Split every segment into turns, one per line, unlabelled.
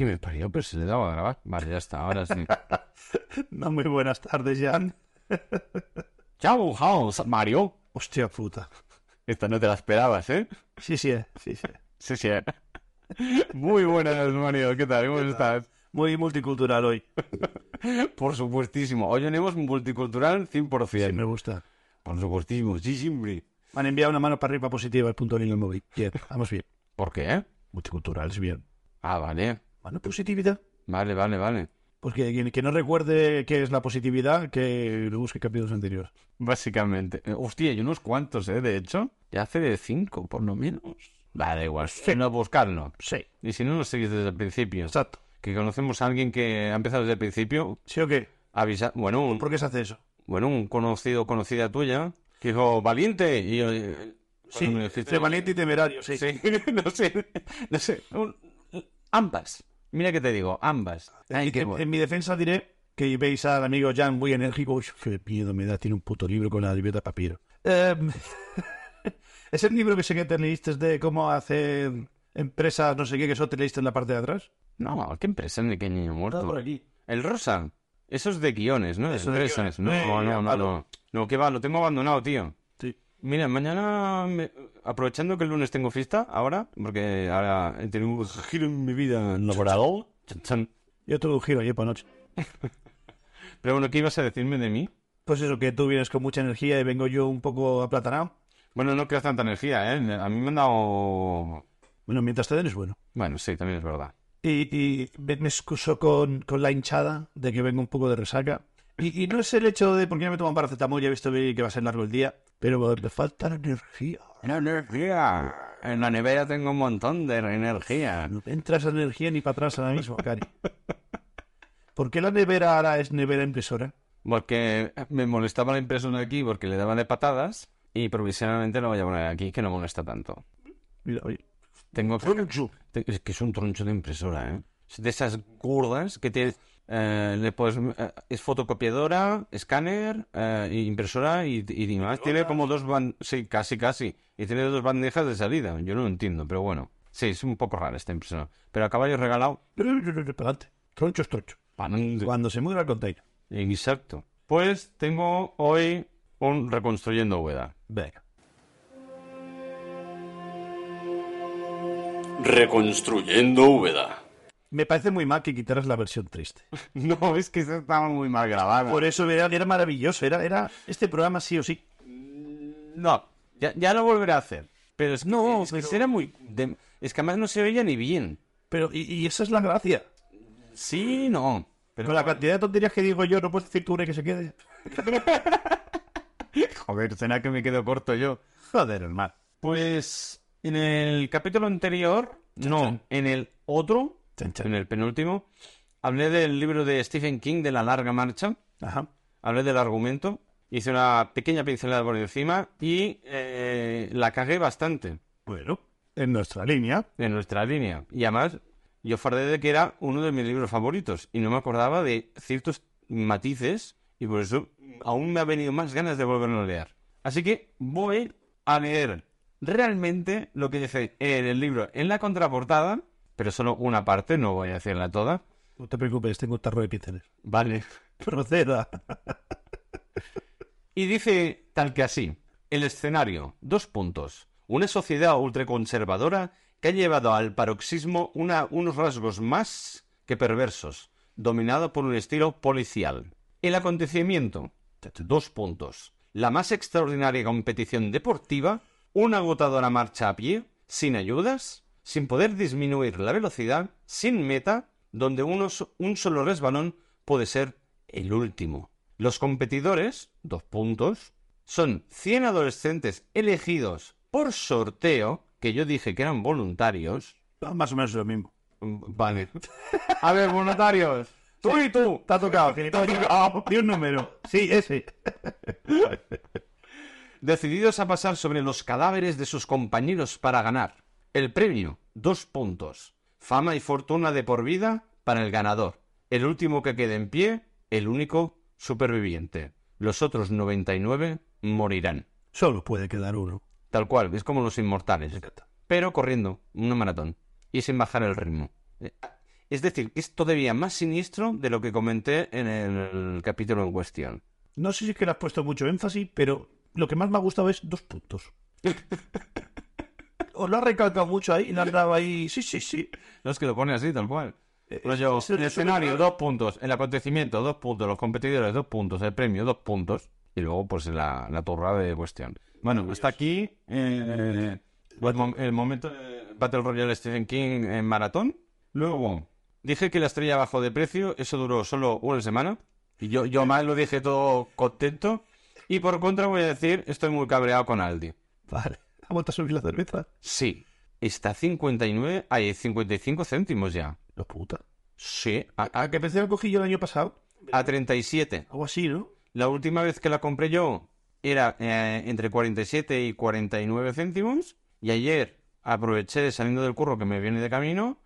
me parió, pero se le daba a grabar. Vale, ya está, ahora sí.
No, muy buenas tardes, Jan.
Chao, House, Mario.
Hostia puta.
Esta no te la esperabas, ¿eh?
Sí, sí, eh, sí, sí.
Sí, sí. eh. Muy buenas, Mario. ¿Qué tal? ¿Cómo estás?
Muy multicultural hoy.
Por supuestísimo. Hoy venimos multicultural 100%.
Sí, me gusta.
Por supuestísimo, sí, siempre.
Me han enviado una mano para arriba positiva el punto en el móvil. Bien, vamos bien.
¿Por qué?
Multicultural, es bien.
Ah, vale.
Mano positividad.
Vale, vale, vale.
Pues que, que- que no recuerde qué es la positividad, que lo busque en capítulos anteriores.
Básicamente. Eh, Hostia, y unos cuantos, ¿eh? De hecho, ya hace de cinco, por lo menos. Vale, da igual. Si no, buscarlo.
Sí.
Y si no, nos seguís desde el principio.
Exacto.
Que conocemos a alguien que ha empezado desde el principio.
¿Sí o qué?
Avisa... Bueno, un,
¿Por qué se hace eso?
bueno, un conocido, conocida tuya, que dijo, valiente. Y yo, eh,
Sí,
cuando me dijiste-
entre valiente y temerario, sí.
Sí, no sé. No sé. Un- ambas. Mira que te digo, ambas. Ay, qué
en,
bueno.
en mi defensa diré que veis al amigo Jan muy enérgico. Uy, qué miedo me da, tiene un puto libro con la libreta de papiro. Em, ¿Es el libro que sé que te leíste de cómo hacer empresas, no sé qué, que eso te leíste en la parte de atrás?
No, qué empresa ni qué niño muerto.
aquí.
El rosa. Eso es de guiones, ¿no?
Eso
de
de
empresas.
guiones.
No,
Eh,
no, no, no,
palo.
no. No, que va, lo tengo abandonado, tío.
Sí.
Mira, mañana, me- aprovechando que el lunes tengo fiesta, ahora, porque ahora he tenido un giro en mi vida laboral. Chan, chan.
Yo tuve un giro ayer por la noche.
Pero bueno, ¿qué ibas a decirme de mí?
Pues eso, que tú vienes con mucha energía y vengo yo un poco aplatanado.
Bueno, no creas tanta energía, ¿eh? A mí me han dado...
Bueno, mientras te den es bueno.
Bueno, sí, también es verdad.
Y, y me me excuso con, con la hinchada de que vengo un poco de resaca. Y, y no es el hecho de porque ya me toman paracetamol, ya he visto que va a ser largo el día, pero me falta la energía.
Energía. En la nevera tengo un montón de energía.
No me entra esa energía ni para atrás ahora mismo, Cari. ¿Por qué la nevera ahora es nevera impresora?
Porque me molestaba la impresión aquí porque le daban de patadas y provisionalmente lo voy a poner aquí, que no molesta tanto.
Mira, oye.
Tengo Te- Es que es un troncho de impresora, ¿eh? Es de esas gordas que te... eh, le puedes- eh, es fotocopiadora, escáner, eh, y impresora y, y demás. Tiene como dos ban- Sí, casi, casi. Y tiene dos bandejas de salida. Yo no lo entiendo, pero bueno. Sí, es un poco rara esta impresora. Pero a caballo regalado...
Para adelante. Troncho es troncho.
¡panante!
Cuando se mueve el container.
Exacto. Pues tengo hoy un Reconstruyendo Hueda.
Venga.
Reconstruyendo Úbeda.
Me parece muy mal que quitaras la versión triste.
No, es que esa estaba muy mal grabada.
Por eso era, era maravilloso. Era, era este programa sí o sí.
No, ya, ya lo volveré a hacer. Pero es que,
No,
es que
pero-
era muy... de- Es que además no se veía ni bien.
Pero, y, y esa es la gracia.
Sí, no. Pero
Con la cantidad de tonterías que digo yo, no puedes decir tú una que se quede.
joder, será que me quedo corto yo.
Joder, hermano.
Pues en el capítulo anterior, no, en el otro,
Chan, chan.
en el penúltimo, hablé del libro de Stephen King de La larga marcha.
Ajá.
hablé del argumento, hice una pequeña pincelada por encima y eh, la cagué bastante
Bueno, en nuestra línea.
en nuestra línea. Y además, yo fardé de que era uno de mis libros favoritos y no me acordaba de ciertos matices y por eso aún me ha venido más ganas de volverlo a leer. Así que voy a leer realmente lo que dice en el libro en la contraportada, pero solo una parte, no voy a decirla toda.
No te preocupes, tengo un tarro de pinceles.
Vale.
Proceda.
Y dice tal que así, el escenario, dos puntos, una sociedad ultraconservadora que ha llevado al paroxismo una- unos rasgos más que perversos, dominado por un estilo policial. El acontecimiento, dos puntos, la más extraordinaria competición deportiva, una agotadora marcha a pie, sin ayudas, sin poder disminuir la velocidad, sin meta, donde uno so- un solo resbalón puede ser el último. Los competidores, dos puntos, son 100 adolescentes elegidos por sorteo, que yo dije que eran voluntarios.
Ah, Más o menos lo mismo.
Mm, Vale. A ver, voluntarios. Tú y tú.
Te ha tocado, gilipollas. Di un número. Sí, ese.
decididos a pasar sobre los cadáveres de sus compañeros para ganar. El premio, dos puntos. Fama y fortuna de por vida para el ganador. El último que quede en pie, el único superviviente. Los otros 99 morirán.
Solo puede quedar uno.
Tal cual, es como los inmortales. Pero corriendo, una maratón. Y sin bajar el ritmo. Eh, Es decir, que es todavía más siniestro de lo que comenté en el capítulo en cuestión.
No sé si es que le has puesto mucho énfasis, pero lo que más me ha gustado es dos puntos. Os lo has recalcado mucho ahí y lo has dado ahí. Sí, sí, sí.
No es que lo pone así, tal cual. Pero
es-
yo,
es- es
el
súper
escenario,
raro.
dos puntos. El acontecimiento, dos puntos. Los competidores, dos puntos. El premio, dos puntos. Y luego, pues, la, la torrada de cuestión. Bueno, hasta aquí eh, el, mom- el momento de Battle Royale Stephen King en maratón. Luego, dije que la estrella bajó de precio. Eso duró solo una semana. Y yo, yo más lo dije todo contento. Y por contra, voy a decir, estoy muy cabreado con Aldi.
Vale. ¿Ha vuelto a subir la cerveza?
Sí, está a 59, hay 55 céntimos ya.
Los puta.
Sí, a,
A
a-
que pensé que lo cogí yo el año pasado.
a 37.
Algo así, ¿no?
La última vez que la compré yo era eh, entre 47 y 49 céntimos. Y ayer aproveché saliendo del curro que me viene de camino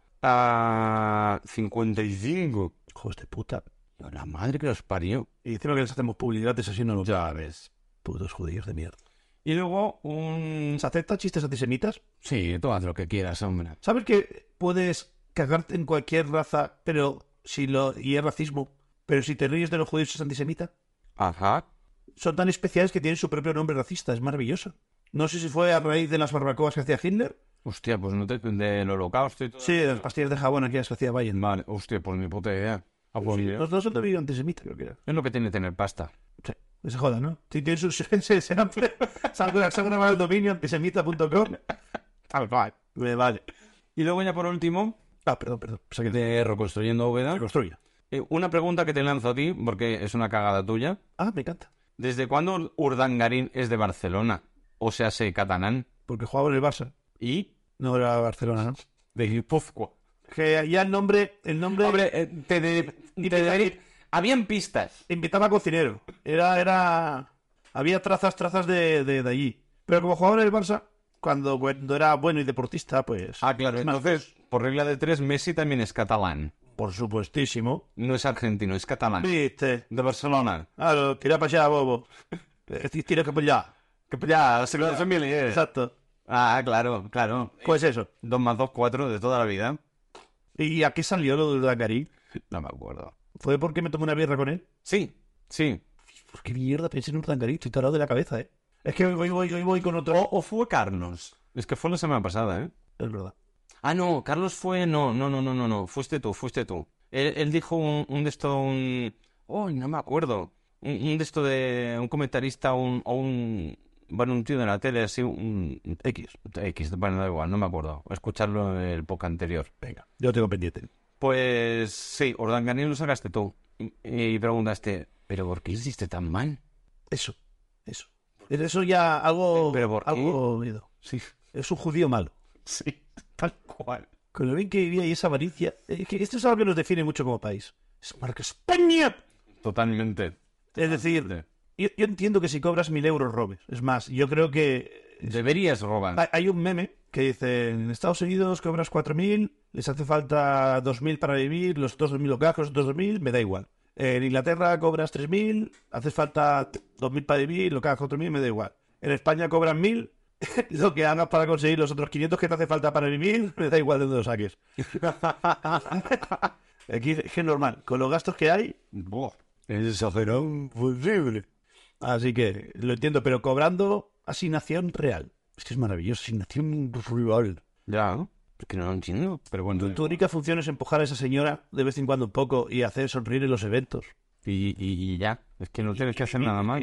a 55.
Hijos de puta.
Yo, La madre que los parió.
Y encima que les hacemos publicidad, es así no lo
Ya ves.
Putos judíos de mierda.
Y luego un...
¿Se aceptan chistes antisemitas?
Sí, tú haz lo que quieras, hombre.
¿Sabes que puedes cagarte en cualquier raza, pero si lo. y es racismo. Pero si te ríes de los judíos es antisemita.
Ajá.
Son tan especiales que tienen su propio nombre racista, es maravilloso. No sé si fue a raíz de las barbacoas que hacía Hitler.
Hostia, pues no te... Del holocausto y todo.
Sí, de las pastillas de jabón aquellas que hacía Bayern.
Vale, hostia, pues ni puta idea. Ah, pues, mira.
Los dos son de vídeo antisemita, creo que era.
Es lo que tiene tener pasta.
Sí, que se joda, ¿no? Si tienen sus. se, se, se han se han grabado el dominio antisemita.com.
Tal cual.
Me Eh, vale.
Y luego ya por último,
Ah, perdón, perdón. O sea que te
de Reconstruyendo Úbeda,
reconstruya.
eh, una pregunta que te lanzo a ti, porque es una cagada tuya.
Ah, me encanta.
¿Desde cuándo Urdangarín es de Barcelona? O sea, se catalán.
Porque jugaba en el Barça.
¿Y?
No era Barcelona, ¿no?
De Guipúzcoa.
Que ya el nombre, el nombre
Hombre, eh, te, de- te debería- Habían pistas.
invitaba a cocinero. Era, era. Había trazas, trazas de, de, de allí. Pero como jugador del Barça, cuando, cuando era bueno y deportista, pues.
Ah, claro. Entonces, por regla de tres, Messi también es catalán.
Por supuestísimo.
No es argentino, es catalán.
Viste.
De Barcelona.
Claro, tira para allá, bobo. Eh, Tira que para allá.
Que ya, se conoce mil ideas.
Exacto.
Ah, claro, claro.
Pues eso.
Dos más dos, cuatro de toda la vida.
¿Y a qué salió lo del Dangarí?
No me acuerdo.
¿Fue porque me tomé una birra con él?
Sí, sí.
Pues qué mierda, pensé en un Dangarí. Estoy tarado de la cabeza, ¿eh? Es que hoy voy, hoy voy, con otro.
O, o fue Carlos. Es que fue la semana pasada, ¿eh?
Es verdad.
Ah, no, Carlos fue. No, no, no, no, no, no. Fuiste tú, fuiste tú. Él, él dijo un, un de esto, un. Oh, no me acuerdo. Un, un de esto de un comentarista un, o un. Bueno, un tío de la tele, así, un. X. X, bueno, da igual, no me acuerdo. Escucharlo en el podcast anterior.
Venga, yo tengo pendiente.
Pues sí, Ordangarín lo sacaste tú. Y, y preguntaste, ¿pero por qué hiciste tan mal?
Eso, eso. Pero Eso ya algo,
Pero ¿por qué?
algo oído.
Sí,
Es un judío malo.
sí, tal cual.
Con lo bien que vivía y esa avaricia. Es que esto es algo que nos define mucho como país. Es marca España.
Totalmente.
Es decir, yo, yo entiendo que si cobras mil euros robes. Es más, yo creo que
Deberías robar.
hay- hay un meme que dice, en Estados Unidos cobras cuatro mil, les hace falta dos mil para vivir, los otros dos mil los gastos, los otros dos mil, me da igual. En Inglaterra cobras tres mil, haces falta dos mil para vivir, lo que hagas otro mil, me da igual. En España cobras mil, lo que hagas para conseguir los otros 500 que te hace falta para vivir, me da igual de dónde los saques. Aquí es que es normal, con los gastos que hay,
Buah.
es imposible. Así que lo entiendo, pero cobrando asignación real. Es que es maravilloso, asignación real.
Ya, ¿no? Es que no lo entiendo. Pero bueno,
Tu única función es empujar a esa señora de vez en cuando un poco y hacer sonreír en los eventos.
Y, y- y ya. Es que no tienes que hacer nada más.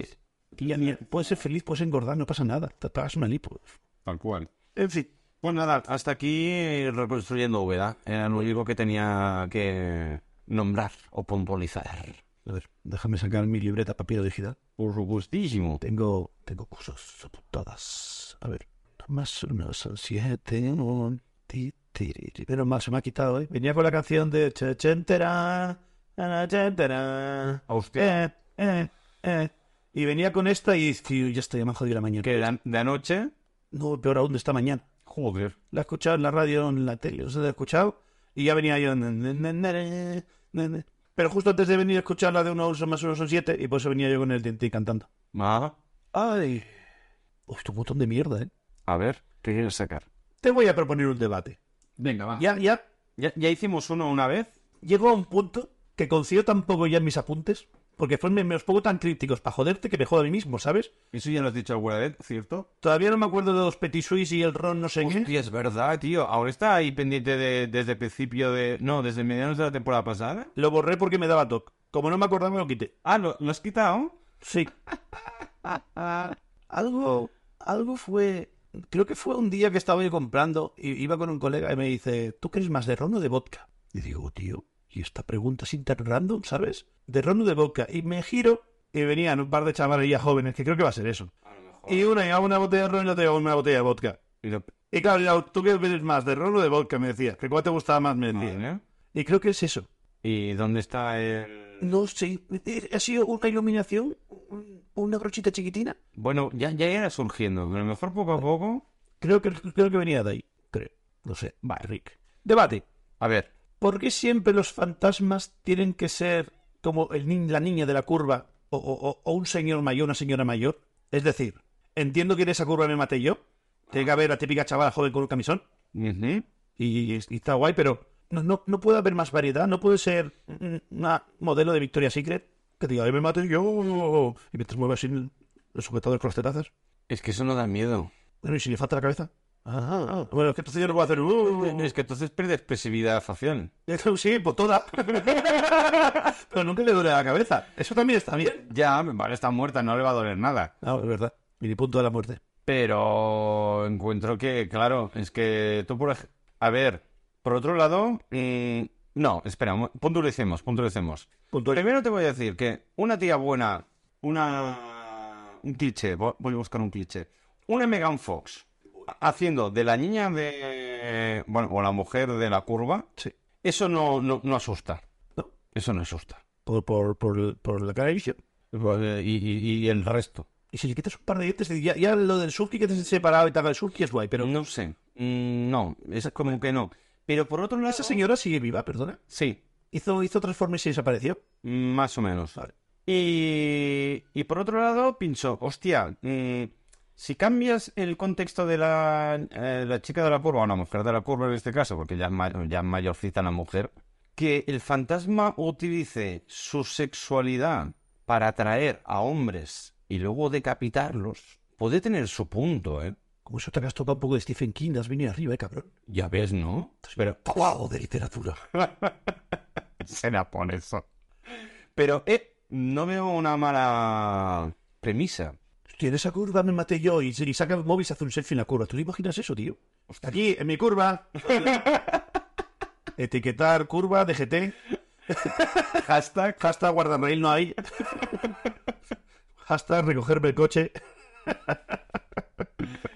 Y ya, mira, puedes ser feliz, puedes engordar, no pasa nada. Te pagas una lipo.
Tal cual.
En fin,
Pues nada, hasta aquí eh, reconstruyendo Úbeda. Era lo único que tenía que nombrar o puntualizar.
a ver, déjame sacar mi libreta papiro digital.
Por supuestísimo.
Tengo, tengo cosas apuntadas. A ver, más uno son siete. un, ti, ti, ri, ri. Menos mal, se me ha quitado, ¿eh? Venía con la canción de Chechentera, na, Chechentera.
Hostia.
Eh, eh, eh. Y venía con esta y tío, ya está, ya me ha jodido la mañana.
Que de, de anoche.
No, peor aún de esta mañana.
Joder.
La he escuchado en la radio, en la tele, o sea, la he escuchado y ya venía yo. na, na, na, na, na, na, na. Pero justo antes de venir a escuchar la de uno son más uno son siete y por eso venía yo con el diente cantando.
Ah,
Ay. Uf, un montón de mierda, ¿eh?
a ver, ¿qué quieres sacar?
Te voy a proponer un debate.
Venga, va.
Ya, ya
Ya, ya hicimos uno una vez.
Llego a un punto que confío tan poco ya en mis apuntes, porque fue- me, me los pongo tan crípticos para joderte que me jodo a mí mismo, ¿sabes?
Eso ya lo has dicho alguna vez, ¿cierto?
Todavía no me acuerdo de los Petit Suisse y el Ron no sé qué.
Hostia, es verdad, tío. Ahora está ahí pendiente de- desde el principio de... No, desde medianos de la temporada pasada.
Lo borré porque me daba toque. Como no me acordaba, me lo quité.
Ah, ¿lo, lo has quitado?
Sí.
Ah,
algo, algo fue... Creo que fue un día que estaba yo comprando y iba con un colega y me dice, ¿tú crees más de ron o de vodka? Y digo, "Oh, tío, y esta pregunta es tan random, ¿sabes? De ron o de vodka. Y me giro y venían un par de chavalillas jóvenes, que creo que va a ser eso. Y una llevaba una botella de ron y la otra llevaba una botella de vodka.
Y lo-
Y claro, yo, ¿tú qué bebes más, de ron o de vodka? Me decías, que cuál te gustaba más, me decías. ¿eh?
Vale.
Y creo que es eso.
¿eh? ¿Y dónde está el...?
No sé, eh, ha sido una iluminación, un- una brochita chiquitina.
Bueno, ya, ya era surgiendo. A lo mejor poco a poco...
Creo que, creo que venía de ahí, creo. No sé. Vale, Rick. Debate.
A ver,
¿Por qué siempre los fantasmas tienen que ser como el ni- la niña de la curva o, o- o- o un señor mayor, una señora mayor? Es decir, entiendo que en esa curva me maté yo. Tiene que haber la típica chavala joven con un camisón.
Ujú.
y, y- y está guay, pero no, no, no puede haber más variedad, no puede ser mm, una modelo de Victoria's Secret que diga, ay, me mato yo, y mientras mueve así el, el sujetador con los tetazas.
Es que eso no da miedo.
Bueno, y si le falta la cabeza. Ah, ah, Bueno, es que entonces yo no puedo hacer. "Uh".
Es que entonces pierde expresividad facial.
Eso Sí, pues toda. Pero nunca le duele la cabeza. Eso también está bien.
Ya, vale, está muerta, no le va a doler nada.
Ah, es verdad. Mini punto de la muerte.
Pero encuentro que, claro, es que tú por ej- A ver, por otro lado... mm, no, espera, mo- puntualicemos, puntualicemos.
Punto de-
Pues Primero te voy a decir que una tía buena, una... Un cliché, vo- voy a buscar un cliché. Una Megan Fox ha- haciendo de la niña de... Bueno, o la mujer de la curva,
Sí.
eso no, no, no asusta.
No.
Eso no asusta. Pues, eh,
Por, por, por, por la cara de visión.
Y, y- y el resto.
Y si le quitas un par de dientes, ya, ya lo del surki que te has separado y tal, el surki es guay, pero
Pero no sé. Mm, No, es como que no. Pero por otro lado...
esa señora sigue viva, perdona.
Sí,
Hizo, hizo Transformers y desapareció.
más o menos.
Vale.
Y, y por otro lado, pincho, hostia, mm, si cambias el contexto de la, eh, la chica de la curva, o la mujer de la curva en este caso, porque ya es, ma- ya es mayorcita la mujer, que el fantasma utilice su sexualidad para atraer a hombres y luego decapitarlos, puede tener su punto, ¿eh?
Como eso te has tocado un poco de Stephen King, has venido arriba, eh, cabrón.
Ya ves, ¿no? Pero
¡Wow! De literatura.
se la pone eso. Pero eh, no veo una mala premisa.
Hostia, en esa curva me maté yo y, y saca el móvil y se hace un selfie en la curva. ¿Tú te imaginas eso, tío? Aquí, en mi curva. Etiquetar curva, DGT. Hashtag. Hashtag guardarrail no hay. Hashtag recogerme el coche.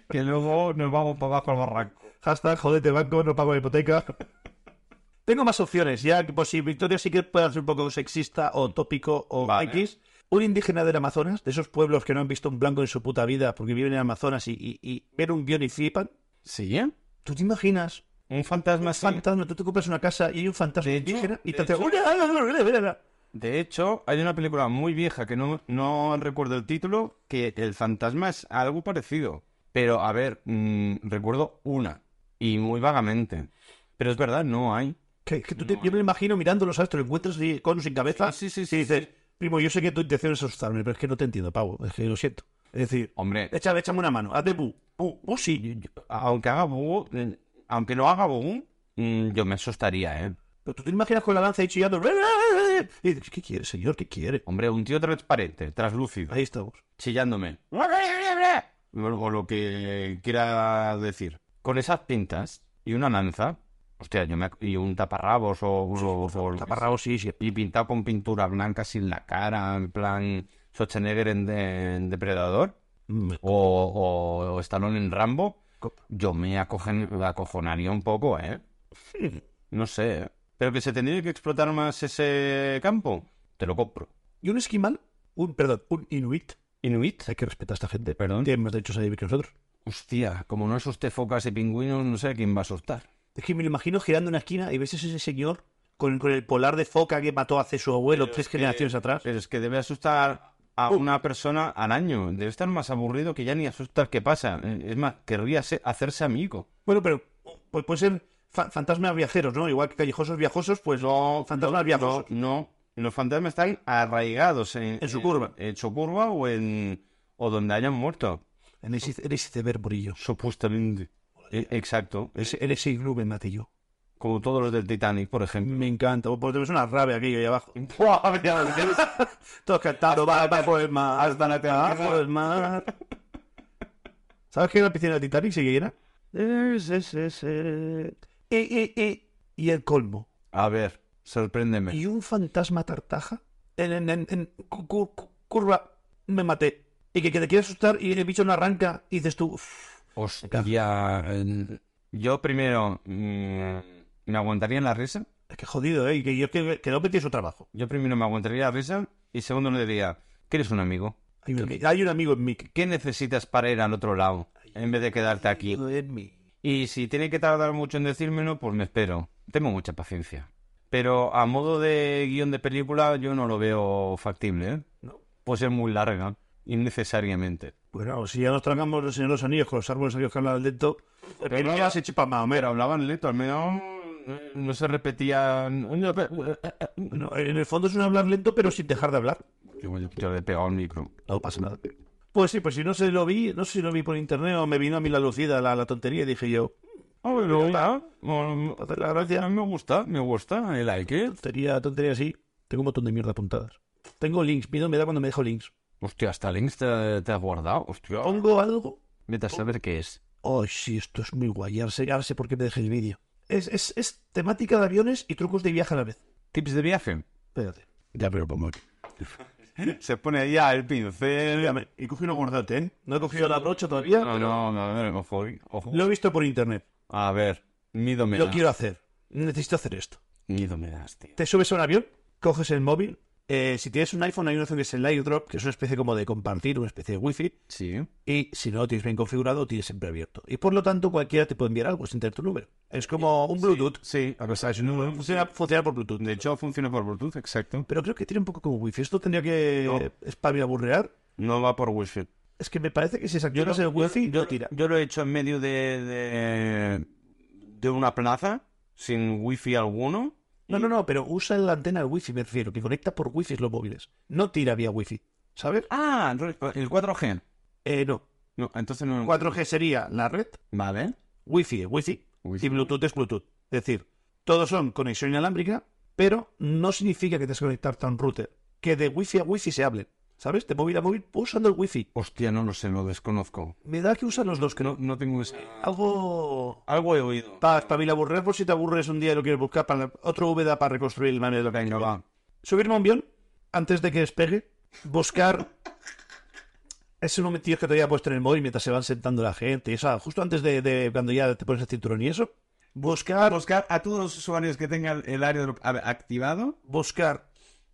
Que luego nos vamos para abajo al barranco.
Hashtag jodete banco, no pago la hipoteca. Tengo más opciones, ya que por si Victoria sí que puede ser un poco sexista o tópico o
Vale.
X. Un indígena del Amazonas, de esos pueblos que no han visto un blanco en su puta vida porque viven en Amazonas y, y, y ven un guión y flipan.
¿Sí? eh?
¿Tú te imaginas?
Un fantasma así.
Fantasma, tú te compras una casa y hay un fantasma
De hecho,
indígena y
de
te hace...
hecho. De hecho, hay una película muy vieja que no, no recuerdo el título, que el fantasma es algo parecido. Pero, a ver, mm, recuerdo una. Y muy vagamente. Pero es verdad, no hay.
Que, que tú te- yo me lo imagino mirando los astros, lo encuentras y con sin cabeza
Ah, Sí, sí, sí,
y
sí,
dices, primo, yo sé que tu intención es asustarme, pero es que no te entiendo, pavo, es que lo siento. Es decir,
Hombre,
échame, échame una mano, hazme bu, bu, bu, sí,
yo- yo- aunque haga bugú, eh, aunque lo haga bugú, mm, yo me asustaría, ¿eh?
Pero tú te imaginas con la lanza ahí chillando. Y dices, ¿qué quiere, señor? ¿Qué quiere?
Hombre, un tío transparente, translúcido,
Ahí estamos.
chillándome. O lo que quiera decir. Con esas pintas y una lanza, hostia, yo me ac- y un taparrabos o... o- o-
Taparrabos, sí, sí.
y pintado con pintura blanca sin la cara, en plan Schwarzenegger en, de- en Depredador
Mm,
o, o, o Stallone en Rambo, yo me acogen- acojonaría un poco, ¿eh? No sé, ¿eh? Pero que se tendría que explotar más ese campo, te lo compro.
Y un esquimal, un, perdón, un inuit.
Inuit,
Hay que respetar a esta gente.
perdón.
Tienen más derechos a vivir que nosotros.
Hostia, como no asusté focas y pingüinos, no sé a quién va a asustar.
Es que me lo imagino girando una esquina y ves a ese señor con, con el polar de foca que mató hace su abuelo
Eh,
tres generaciones atrás.
Pero es que debe asustar a una persona al año. Debe estar más aburrido que ya ni asustar qué pasa. Eh, Es más, querría se- hacerse amigo.
Bueno, pero pues puede ser fa- fantasmas viajeros, ¿no? Igual que callejosos viajosos, pues
No,
fantasmas
no,
viajosos.
no. Los fantasmas están arraigados Oh. en,
En su curva.
En, su curva o en o donde hayan muerto,
En ese, en ese verborillo.
supuestamente. E- Exacto. Es
En ese ilumen, Matillo.
como todos los del Titanic, por ejemplo.
Me encanta. Porque tenemos una rabia aquí ahí abajo.
Buah, mira, tienes-
Todos cantando, va, bajo el mar. Hasta la Bajo el mar. ¿Sabes qué era la piscina de Titanic sigue llena? Es, es, es, eh. Eh, eh, eh. Y el colmo.
A ver, sorpréndeme.
¿Y un fantasma tartaja? En, en, en, en cu- cu- cu- curva, me maté. Y que, que te quiere asustar y el bicho no arranca. Y dices tú, "Uf,
Hostia. eh, Yo primero. mm, ¿Me aguantaría la risa?
es que jodido, ¿eh? Y que yo que, que no metí su trabajo.
Yo primero me aguantaría la risa. Y segundo, le diría: ¿Quieres un amigo?
Hay un, hay un amigo en mí. que-
¿Qué necesitas para ir al otro lado? En vez de quedarte aquí.
en mí.
Y si tiene que tardar mucho en decírmelo, pues me espero. Tengo mucha paciencia. Pero a modo de guión de película, yo no lo veo factible, ¿eh?
No.
Pues es muy larga, innecesariamente.
Bueno, Pues si ya nos tragamos los señores los anillos con los árboles anillos que hablan lento. eh, Pero no las hecho para Mahomero.
hablaban lento, al menos mm, no se repetían. eh,
No, en el fondo es un hablar lento, pero sin dejar de hablar.
Yo le he pegado el micro.
No pasa nada. Pues sí, pues si no se lo vi, no sé si lo vi por internet o me vino a mí la lucida, la, la tontería, y dije yo,
Ah, bueno, hola. Mm,
hacer la gracia.
A mí me gusta, me gusta el like. ¿eh?
Tontería, tontería, sí. Tengo un montón de mierda apuntadas. Tengo links, miedo me da cuando me dejo links.
Hostia, hasta links te, te has guardado. Hostia,
Pongo algo.
vete a saber qué es.
Ay, sí, esto es muy guay. Ahora sé, ahora sé por qué me dejé el vídeo. Es, es, es temática de aviones y trucos de viaje a la vez.
Tips de viaje.
Espérate. Ya, pero pongo aquí.
Se pone ya el pincel.
Eh, Y cogí uno gordote, ¿eh? No he cogido la brocha todavía.
No, no, no, no, ojo, ojo.
Lo he visto por internet.
A ver, miedo me
Lo
das.
quiero hacer. Necesito hacer esto.
Miedo me das, tío.
Te subes a un avión, coges el móvil. eh, si tienes un iPhone, hay una opción que es el AirDrop, que es una especie como de compartir, una especie de wifi.
Sí.
Y si no lo tienes bien configurado, lo tienes siempre abierto. Y por lo tanto, cualquiera te puede enviar algo sin tener tu número. Es como un Bluetooth.
Sí, a pesar de
Funciona, funciona por Bluetooth.
De hecho, funciona por Bluetooth, exacto.
Pero creo que tiene un poco como wifi. Esto tendría que espabilar burrear.
No va por Wi-Fi.
Es que me parece que si desactivas
lo-
el wifi,
yo,
no tira.
yo lo he hecho en medio de, de, de una plaza, sin wifi alguno.
No, no, no, pero usa la antena del wifi, me refiero, que conecta por wifi los móviles. No tira vía wifi, ¿sabes?
Ah, el 4G.
Eh, no.
No, entonces no.
4G sería la red,
Vale.
wifi es wifi,
Wifi.
y Bluetooth es Bluetooth. Es decir, todos son conexión inalámbrica, pero no significa que tengas que conectarte a un router. Que de wifi a wifi se hablen, ¿sabes? De móvil a móvil usando el wifi.
Hostia, no lo sé, lo desconozco.
Me da que usan los dos, que no.
No tengo esa-
Algo...
Algo he oído.
Para espabilar, aburrir, por si te aburres un día y lo quieres buscar, para otro VDA para reconstruir el manual de lo que hay.
Venga, va.
Subirme a un avión antes de que despegue, buscar ese momentillo que todavía puedes tener el móvil mientras se van sentando la gente, y esa, justo antes de, de cuando ya te pones el cinturón y eso. Buscar,
Buscar a todos los usuarios que tengan el área de- a ver, activado.
buscar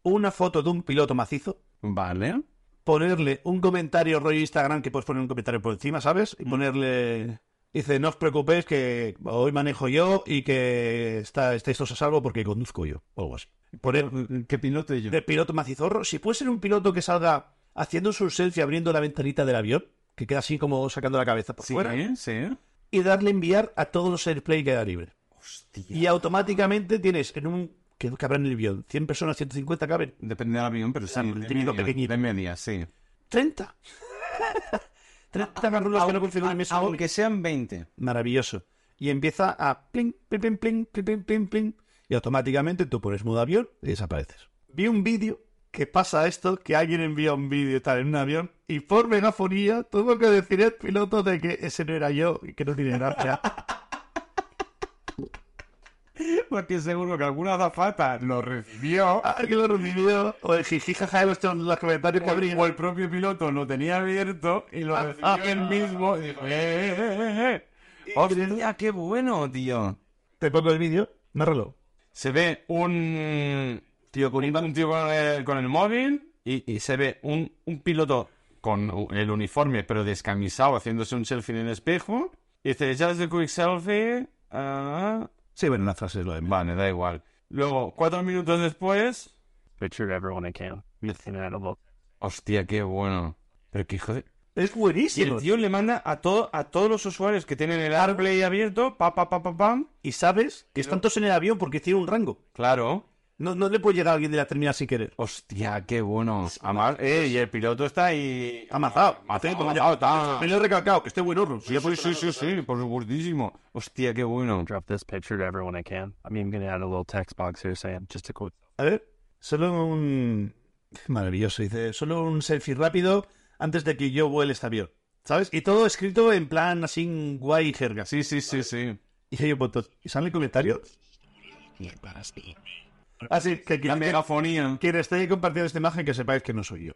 una foto de un piloto macizo,
Vale.
ponerle un comentario rollo Instagram, que puedes poner un comentario por encima, ¿sabes? Y ponerle... Dice, no os preocupéis que hoy manejo yo y que está, estáis todos a salvo porque conduzco yo, o algo así. Poner
¿Qué piloto yo?
de piloto macizorro, si puede ser un piloto que salga haciendo su selfie abriendo la ventanita del avión, que queda así como sacando la cabeza por
Sí,
fuera,
¿eh? sí.
y darle a enviar a todos los airplay que da libre.
Hostia.
Y automáticamente tienes en un. que cabrán en el avión? 100 personas, 150 caben.
Depende del avión, pero sí.
Claro, el
de
típico
media,
pequeñito.
De media, sí.
30. 30 garrulos que no configuran eso.
Aunque sean 20.
Maravilloso. Y empieza a pling, pling, pling, pling, pling, pling, pling, pling, y automáticamente tú pones modo avión y desapareces. Vi un vídeo que pasa esto, que alguien envía un vídeo y tal en un avión y por megafonía tuvo que decir el piloto de que ese no era yo y que no tiene gracia.
Porque Pues seguro que alguna azafata lo recibió.
Ah, que lo recibió. O el jijijaja de los, los comentarios que abría.
el propio piloto lo tenía abierto y lo
recibió él
mismo. Y dijo, ¡eh, eh, eh, eh! ¡Hostia, qué bueno, tío!
Te pongo el vídeo, narralo.
Se ve un tío con, un tío con, el, con el móvil y, y se ve un, un piloto con el uniforme pero descamisado haciéndose un selfie en el espejo. Y dice, just a quick selfie. ah".
Sí, bueno, la frase es lo de
Vale, da igual. Luego, cuatro minutos después,
picture everyone I can. Nothing out of
Hostia, qué bueno. Pero qué hijo de...
Es
Y el
buenísimo.
tío le manda a, todo, a todos los usuarios que tienen el AirPlay abierto, pa, pa, pa, pa, pam.
Y sabes que están todos en el avión porque tiene un rango.
Claro.
No, no le puede llegar a alguien de la terminal sin querer.
Hostia, qué bueno. Además, eh, y el piloto está ahí...
Amazado.
Amazado, amazado, está.
Me lo he recalcado, que esté buen horno.
Sí, pues, sí, sí, sí, por supuestísimo. Hostia, qué bueno.
drop this picture to everyone I can. I'm even going to add a little text box here saying just to quote.
A ver, solo un... Maravilloso, dice. Solo un selfie rápido antes de que yo vuele este avión. ¿Sabes? Y todo escrito en plan así guay jerga.
Sí, sí, sí, sí.
Y hay un montón. ¿Y salen comentarios? Así Ah, que
La
quien,
megafonía.
quien esté compartiendo esta imagen que sepáis que no soy yo.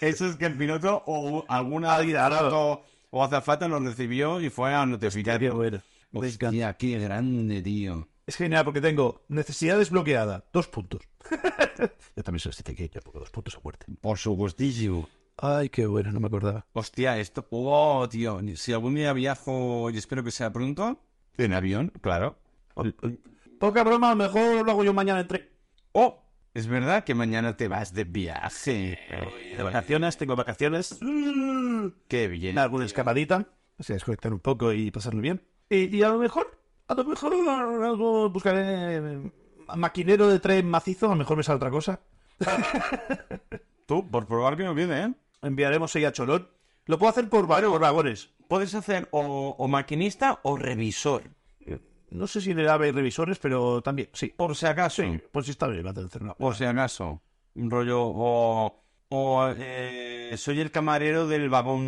Eso es que el piloto o alguna azafata o azafata lo recibió y fue a notificar. Hostia, qué grande, tío.
Es genial porque tengo necesidad desbloqueada. Dos puntos. yo también soy este pequeño porque dos puntos a muerte.
Por supuestísimo.
Ay, qué bueno, no me acordaba.
Hostia, esto. Oh, tío. Si algún día viajo, y espero que sea pronto. En avión, claro.
Poca broma, a lo mejor lo hago yo mañana en tren.
Oh, es verdad que mañana te vas de viaje.
De vacaciones, tengo vacaciones.
Qué bien.
Alguna escapadita. Así desconectar un poco y pasarlo bien. Y, y a lo mejor, a lo mejor algo buscaré eh, maquinero de tren macizo, a lo mejor me sale otra cosa.
Tú, por probar que no viene, ¿eh?
Enviaremos ahí a Cholón. Lo puedo hacer por, va- por vagones.
Puedes hacer o, o maquinista o revisor.
No sé si le AVE hay revisores, pero también, sí.
Por si acaso.
Pues sí está bien, va a tener una...
Por si acaso. Un rollo. O. o, eh, soy el camarero del vagón.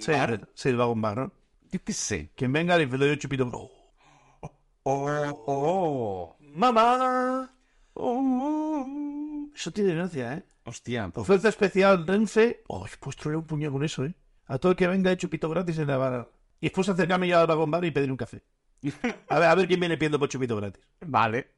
Sí,
bar.
sí, el vagón bar, ¿no?
Yo qué sé.
Quien venga le doy un chupito. Oh.
O. o-
¡Mamá!
o-
Eso tiene gracia, ¿eh?
Hostia.
Oferta especial Renfe. Oh, pues traer un puño con eso, ¿eh? A todo el que venga, chupito gratis en la barra. Y después acercarme yo al vagón bar y pedir un café. A ver, a ver quién viene pidiendo por chupito gratis.
Vale.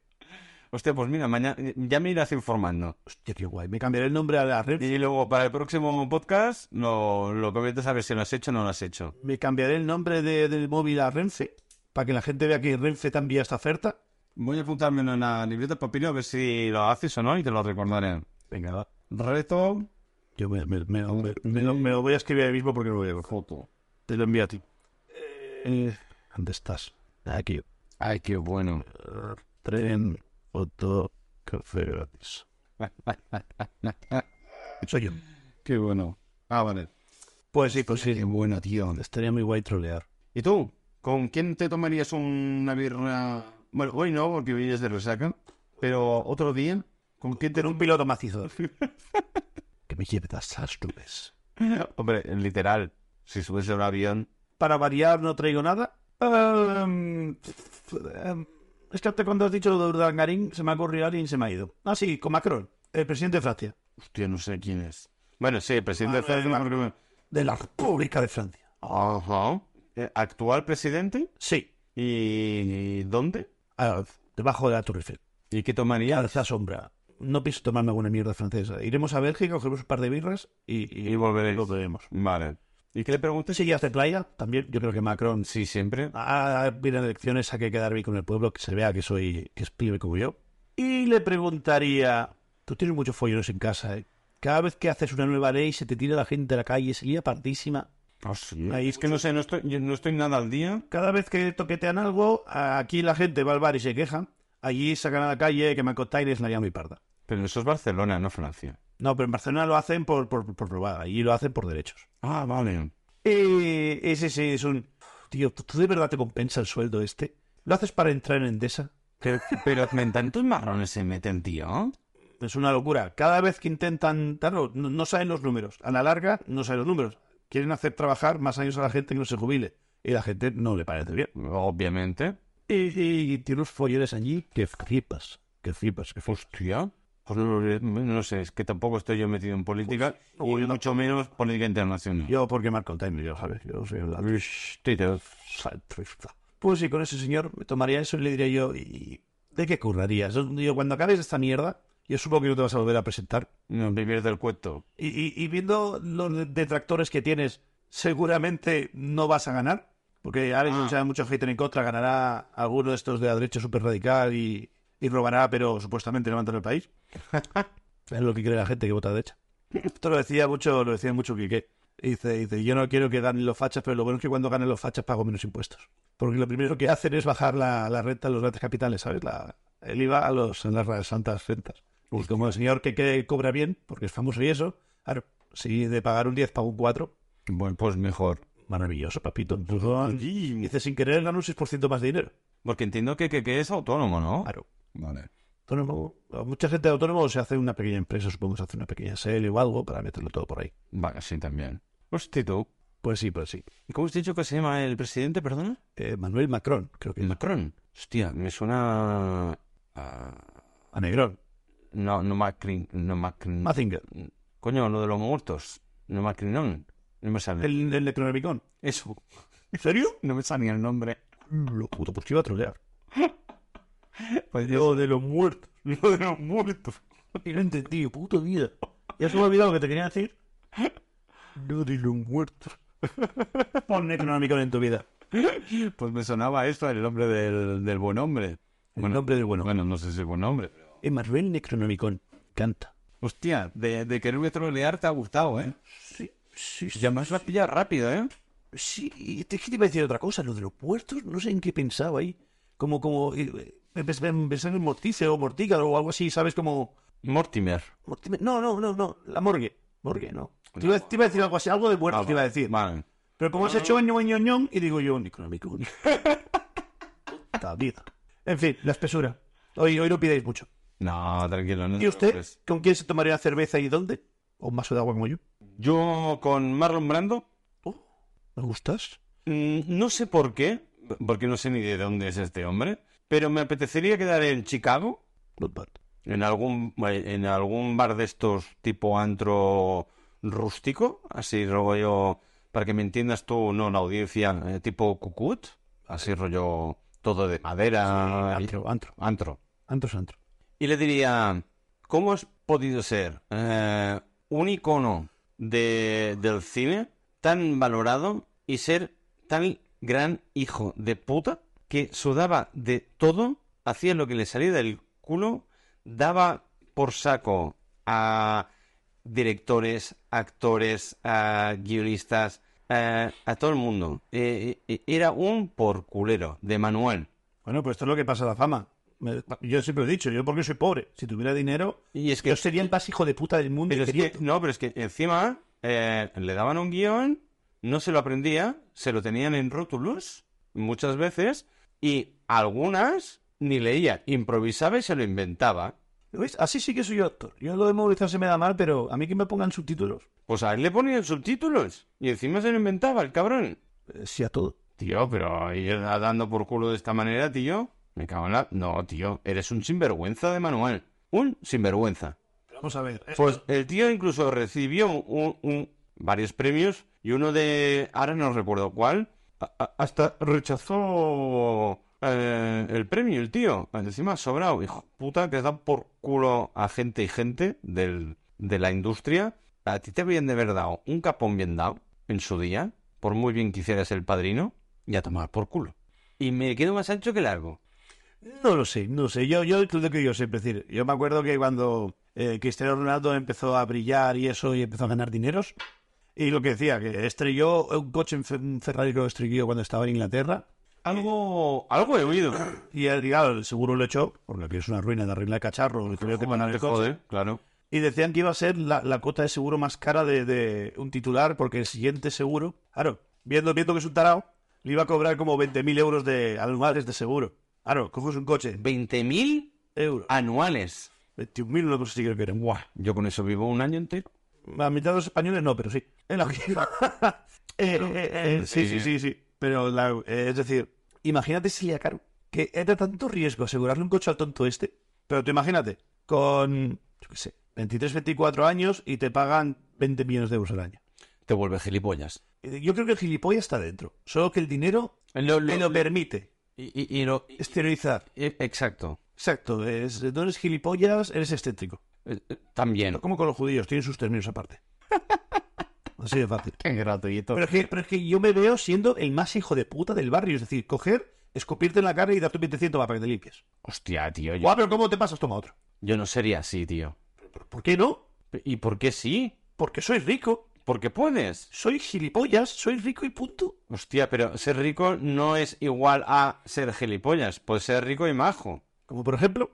Hostia, pues mira, mañana ya me irás informando.
Hostia, qué guay. Me cambiaré el nombre a la Renfe.
Y luego para el próximo podcast lo, lo comentas a ver si lo has hecho o no lo has hecho.
Me cambiaré el nombre de- del móvil a Renfe. Para que la gente vea que Renfe te envía esta oferta.
Voy a apuntármelo en la libreta de papiro a ver si lo haces o no y te lo recordaré.
Venga, va.
Reto.
Yo me, me- me- me lo, me lo voy a escribir ahí mismo porque no lo veo.
Foto.
Te lo envío a ti. Eh, ¿Dónde estás? Aquí.
Ay, qué bueno.
Tren, foto, café gratis. Soy yo.
Qué bueno. Ah, vale.
Pues sí, pues sí.
bueno, tío.
Estaría muy guay trolear.
¿Y tú? ¿Con quién te tomarías una birra? Bueno, hoy no, porque hoy es de resaca. Pero otro día, ¿con quién te...
Tener un piloto macizo. que me lleve a las nubes.
Hombre, literal. Si subes a un avión...
Para variar, no traigo nada. Em, em, excepto cuando has dicho lo de Urdangarín, se me ha ocurrido alguien y se me ha ido. Ah, sí, con Macron, el presidente de Francia.
Hostia, no sé quién es. Bueno, sí, presidente de Francia, porque me-
De la República de Francia.
Ajá. Eh, ¿Actual presidente?
Sí.
¿Y, y dónde? Ah,
Ah, debajo de la Torre Eiffel.
¿Y qué tomaría?
Alza sombra. No pienso tomarme alguna mierda francesa. Iremos a Bélgica, cogemos un par de birras y,
Y volveréis.
volveremos. Este
Vale. ¿Y qué le preguntas?
Sí, ya de playa también. Yo creo que Macron
Sí, siempre.
Ah, viene elecciones, hay que quedar bien con el pueblo, que se vea que soy, que es pibe como yo. Y le preguntaría, tú tienes muchos follones en casa, ¿eh? Cada vez que haces una nueva ley se te tira la gente a la calle, sería partísima.
Ah, sí.
Ahí
es que no sé, no estoy, yo no estoy nada al día.
Cada vez que toquetean algo, aquí la gente va al bar y se queja. Allí sacan a la calle que Mancotaires la llama y parda.
Pero eso es Barcelona, no Francia.
No, pero en Barcelona lo hacen por, por, por probar, allí lo hacen por derechos.
Ah, vale.
Eh, ese sí es un... Tío, ¿tú tú de verdad te compensa el sueldo este? ¿Lo haces para entrar en Endesa?
Pero, pero en tantos marrones se meten, tío.
Es una locura. Cada vez que intentan, claro, no, no saben los números. A la larga, no saben los números. Quieren hacer trabajar más años a la gente que no se jubile. Y la gente no le parece bien.
Obviamente.
Y, y tiene unos follones allí que flipas, que flipas, que flipas.
Hostia. Pues no, lo- no sé, es que tampoco estoy yo metido en política,
no,
y
yo
mucho menos política internacional.
Yo porque marco el time, yo, ¿sabes? Yo soy un ladrón.
Ush, tío.
Saltrista. Pues sí, con ese señor me tomaría eso y le diría yo, ¿y de qué currarías? Yo, digo, cuando acabes esta mierda, yo supongo que no te vas a volver a presentar.
No vivir del cuento.
Y, y- y viendo los detractores que tienes, seguramente no vas a ganar. Porque ahora hay mucha- mucho hater en contra, ganará alguno de estos de la derecha súper radical y, y robará, pero supuestamente levantará el país. es lo que cree la gente que vota a derecha. Esto lo decía mucho, lo decía mucho Quique. Y Dice, dice, yo no quiero que ganen los fachas, pero lo bueno es que cuando ganen los fachas pago menos impuestos. Porque lo primero que hacen es bajar la, la renta de los grandes capitales, ¿sabes? La, el IVA a, los, a las santas rentas. Y como el señor que, que cobra bien, porque es famoso y eso, claro, si de pagar un 10 pago un 4,
Bueno, pues mejor.
maravilloso, papito. Dice, sin querer gano un 6% más de dinero.
Porque entiendo que, que, que es autónomo, ¿no?
Claro.
Vale.
Autónomo, mucha gente de autónomo se hace una pequeña empresa, supongo que se hace una pequeña serie o algo para meterlo todo por ahí.
Vale, sí, también. Hostia, tú.
Pues sí, pues sí.
¿Y ¿Cómo has dicho que se llama el presidente, perdona?
Eh, Manuel Macron, creo que es
Macron. Hostia, me suena... a-
a Negrón.
No, no Macri... No Macri...
Mazinger.
Coño, lo de los muertos. No Macrinón. No me sale.
El, el Necronomicon.
Eso.
¿En serio?
No me sale ni el nombre.
Lo puto, pues te iba a trolear.
Pues
Lo de los muertos.
Lo de los muertos.
Y no entendí, puto vida. Ya se me ha olvidado lo que te quería decir. Lo de los muertos. Pon Necronomicon en tu vida.
Pues me sonaba esto, el nombre del, del buen hombre.
El
Bueno,
nombre del bueno.
Bueno, no sé si es buen hombre. pero-
Emanuel Necronomicon. Canta.
Hostia, de, de quererme trolear te ha gustado, ¿eh?
Sí, sí, sí.
Ya me has pillado rápido, ¿eh?
Sí, y te, que te iba a decir otra cosa, lo de los puertos, no sé en qué pensaba ahí. Como, como, eh, eh, pensé pensé en Mortice o Mortícaro o algo así, ¿sabes? Como,
Mortimer.
Mortimer- no, no, no, no, la morgue, morgue, no. Te iba, te iba a decir algo así, algo de
Ah,
muertos te iba a decir.
Vale.
Pero como has hecho ño, ño, ño, y digo yo, Necronomicon. Puta vida. En fin, la espesura. Hoy, hoy no pidáis mucho.
No, tranquilo. No pues.
¿Y
te
usted,
preocupes.
con quién se tomaría una cerveza y dónde? ¿O un vaso de agua como yo?
Yo con Marlon Brando,
¿Me gustas?
mm, no sé por qué, porque no sé ni de dónde es este hombre, pero me apetecería quedar en Chicago,
Not bad.
en algún, eh, en algún bar de estos tipo antro rústico, así rollo, para que me entiendas tú, no la audiencia, eh, tipo Cucut, así rollo todo de madera, y-
Antro, antro.
antro.
Antro es antro.
y le diría, ¿cómo has podido ser eh, un icono de- del cine tan valorado y ser tan gran hijo de puta que sudaba de todo, hacía lo que le salía del culo, daba por saco a directores, actores, a guionistas, a, a todo el mundo? Eh, eh, era un porculero de manual.
Bueno, pues esto es lo que pasa a la fama. Me- yo siempre lo he dicho, yo porque soy pobre. Si tuviera dinero,
Y es que
yo sería el más hijo de puta del mundo.
Pero es
Sería-
que- no, pero es que encima eh, le daban un guión, no se lo aprendía, se lo tenían en rótulos muchas veces y algunas ni leía, improvisaba y se lo inventaba.
¿Ves? Así sí que soy yo actor. Yo lo de memorizar se me da mal, pero a mí que me pongan subtítulos.
Pues a él le ponían subtítulos y encima se lo inventaba el cabrón.
Eh, sí a todo.
Tío, pero ir dando por culo de esta manera, tío. Me cago en la... No, tío, eres un sinvergüenza de manual. Un sinvergüenza.
Vamos a ver. eh,
Pues el tío incluso recibió un- un- varios premios y uno de, ahora no recuerdo cuál, a- a- hasta rechazó eh, el premio el tío. Encima sobrado, hijo puta, que dan por culo a gente y gente del, de la industria. A ti te habían de haber dado un capón bien dado en su día, por muy bien que hicieras el padrino, y a tomar por culo. Y me quedo más ancho que largo.
No lo sé, no lo sé. Yo, yo lo que yo siempre decir. Yo me acuerdo que cuando eh, Cristiano Ronaldo empezó a brillar y eso, y empezó a ganar dineros, y lo que decía, que estrelló un coche, en Fe- un Ferrari que lo estrelló cuando estaba en Inglaterra,
Algo, algo he oído.
y el, claro, el seguro lo echó, porque aquí es una ruina de arreglar cacharro, que creo que van a
Joder, joder, claro.
Y decían que iba a ser la, la cuota de seguro más cara de, de un titular, porque el siguiente seguro, claro, viendo, viendo que es un tarao, le iba a cobrar como 20.000 euros de anuales de seguro. Claro, coges un coche,
20.000
euros,
anuales.
21.000 no sé si creo que eran. Buah.
Yo con eso vivo un año entero.
A mitad de los españoles no, pero sí. Es lo que iba. Eh, eh, eh, sí, sí, sí, sí. Pero la- eh, es decir, imagínate si le caro. Que era tanto riesgo asegurarle un coche al tonto este. Pero tú imagínate, con, yo qué sé, 23, 24 años y te pagan 20 millones de euros al año.
Te vuelve gilipollas.
Eh, Yo creo que el gilipollas está dentro. Solo que el dinero
Eh,
te lo permite
y, y- y lo- y-
exteriorizar.
e- exacto.
Exacto. Es, no eres gilipollas, eres excéntrico.
Eh, eh, También.
Como con los judíos, tienen sus términos aparte. Así de fácil.
gratuito.
Pero es, que, pero es que yo me veo siendo el más hijo de puta del barrio. Es decir, coger, escupirte en la cara y darte un 20 para que te limpies.
Hostia, tío. Yo,
Guau, pero ¿cómo te pasas? Toma otro.
yo no sería así, tío.
¿Por qué no?
¿Y por qué sí?
porque soy rico,
Porque puedes.
soy gilipollas, soy rico y punto.
Hostia, pero ser rico no es igual a ser gilipollas. Puedes ser rico y majo.
Como por ejemplo,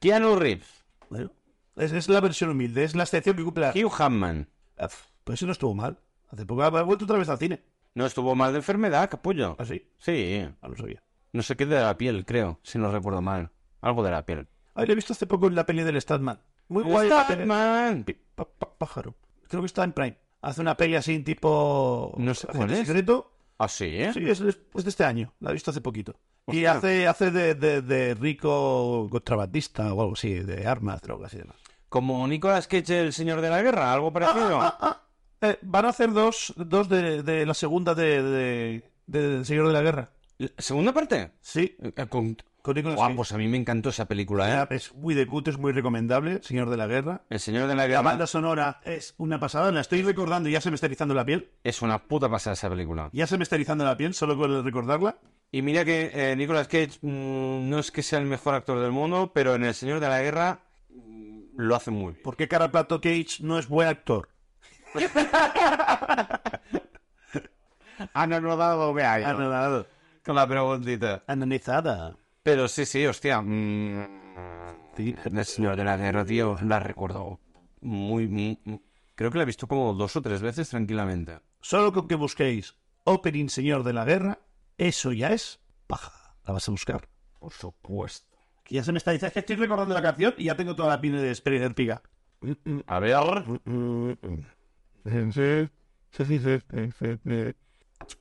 Keanu Reeves,
bueno, es, es la versión humilde, es la excepción que cumple la...
Hugh Hammond.
Ah, Pues eso no estuvo mal. Hace poco ha ha vuelto otra vez al cine.
No estuvo mal de enfermedad, capullo.
Así,
Sí,
ah, no sabía.
no sé qué de la piel, creo, si no recuerdo mal. Algo de la piel.
Ahí lo he visto hace poco en la peli del Statman. Muy guay. la peli.
Batman.
Pá- pá- pájaro. Creo que está en Prime. Hace una peli así, tipo.
No sé cuál
Agente
es.
Secreto.
Ah, sí, ¿eh?
Sí, es, es- es de este año. La he visto hace poquito. Y
Hostia.
hace, hace de, de- de rico contrabandista o algo así, de armas, drogas y demás.
Como Nicolas Cage, el señor de la guerra, algo parecido.
Eh, van a hacer dos, dos de, de la segunda de, de- de- del Señor de la Guerra.
¿La ¿Segunda parte?
Sí,
Eh, eh, Con...
con Nicolas
Guau,
Cage.
pues a mí me encantó esa película, ¿eh?
Es muy de culto, es muy recomendable, Señor de la Guerra.
El señor de la
La
guerra
banda sonora es una pasada, la estoy recordando y ya se me está erizando la piel.
es una puta pasada esa película.
Ya se me está erizando la piel solo con recordarla.
Y mira que eh, Nicolas Cage mm, no es que sea el mejor actor del mundo, pero en El Señor de la Guerra mm, lo hace muy bien.
¿Por qué Carapato Cage no es buen actor?
Han anodado, vea,
Analizada.
Ah, con la preguntita. Pero sí, sí, hostia. mm, El Señor de la Guerra, tío, la recuerdo muy, muy- muy- Creo que la he visto como dos o tres veces tranquilamente.
Solo con que busquéis Opening Señor de la Guerra, eso ya es paja. La vas a buscar.
Por supuesto.
Que ya se me está diciendo, es que estoy recordando la canción y ya tengo toda la piel de Spider Piga.
A ver.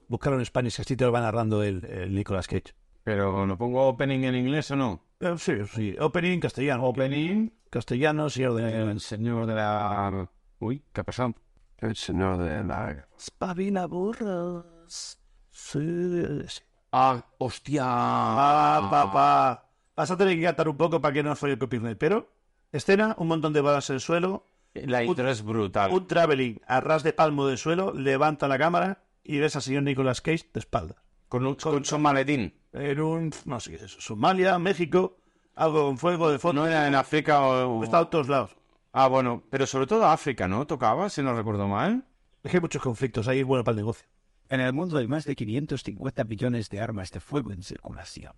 Buscaron en Spanish, que así te lo va narrando el, el Nicolas Cage.
Pero ¿no pongo opening en inglés o no?
Eh, sí, sí. Opening castellano.
Opening.
Castellano, Señor de la Guerra.
El señor de la. Uy, ¿qué ha pasado? El señor de la.
Spavina burros. Sí, sí.
Ah, hostia.
Ah, papá. Vas a tener que cantar un poco para que no falle el copyright, pero escena, un montón de balas en el suelo,
La intro es brutal.
un traveling a ras de palmo del suelo, levanta la cámara y ves al señor Nicolas Cage de espaldas.
con, un, con su maletín.
En un, no sé qué es eso, Somalia, México, algo con fuego de fondo,
No era en África o.
está a todos lados.
Ah, bueno, pero sobre todo África, ¿no? Tocaba, si no recuerdo mal.
Es que hay muchos conflictos, ahí es bueno para el negocio.
En el mundo hay más de 550 millones de armas de fuego en circulación.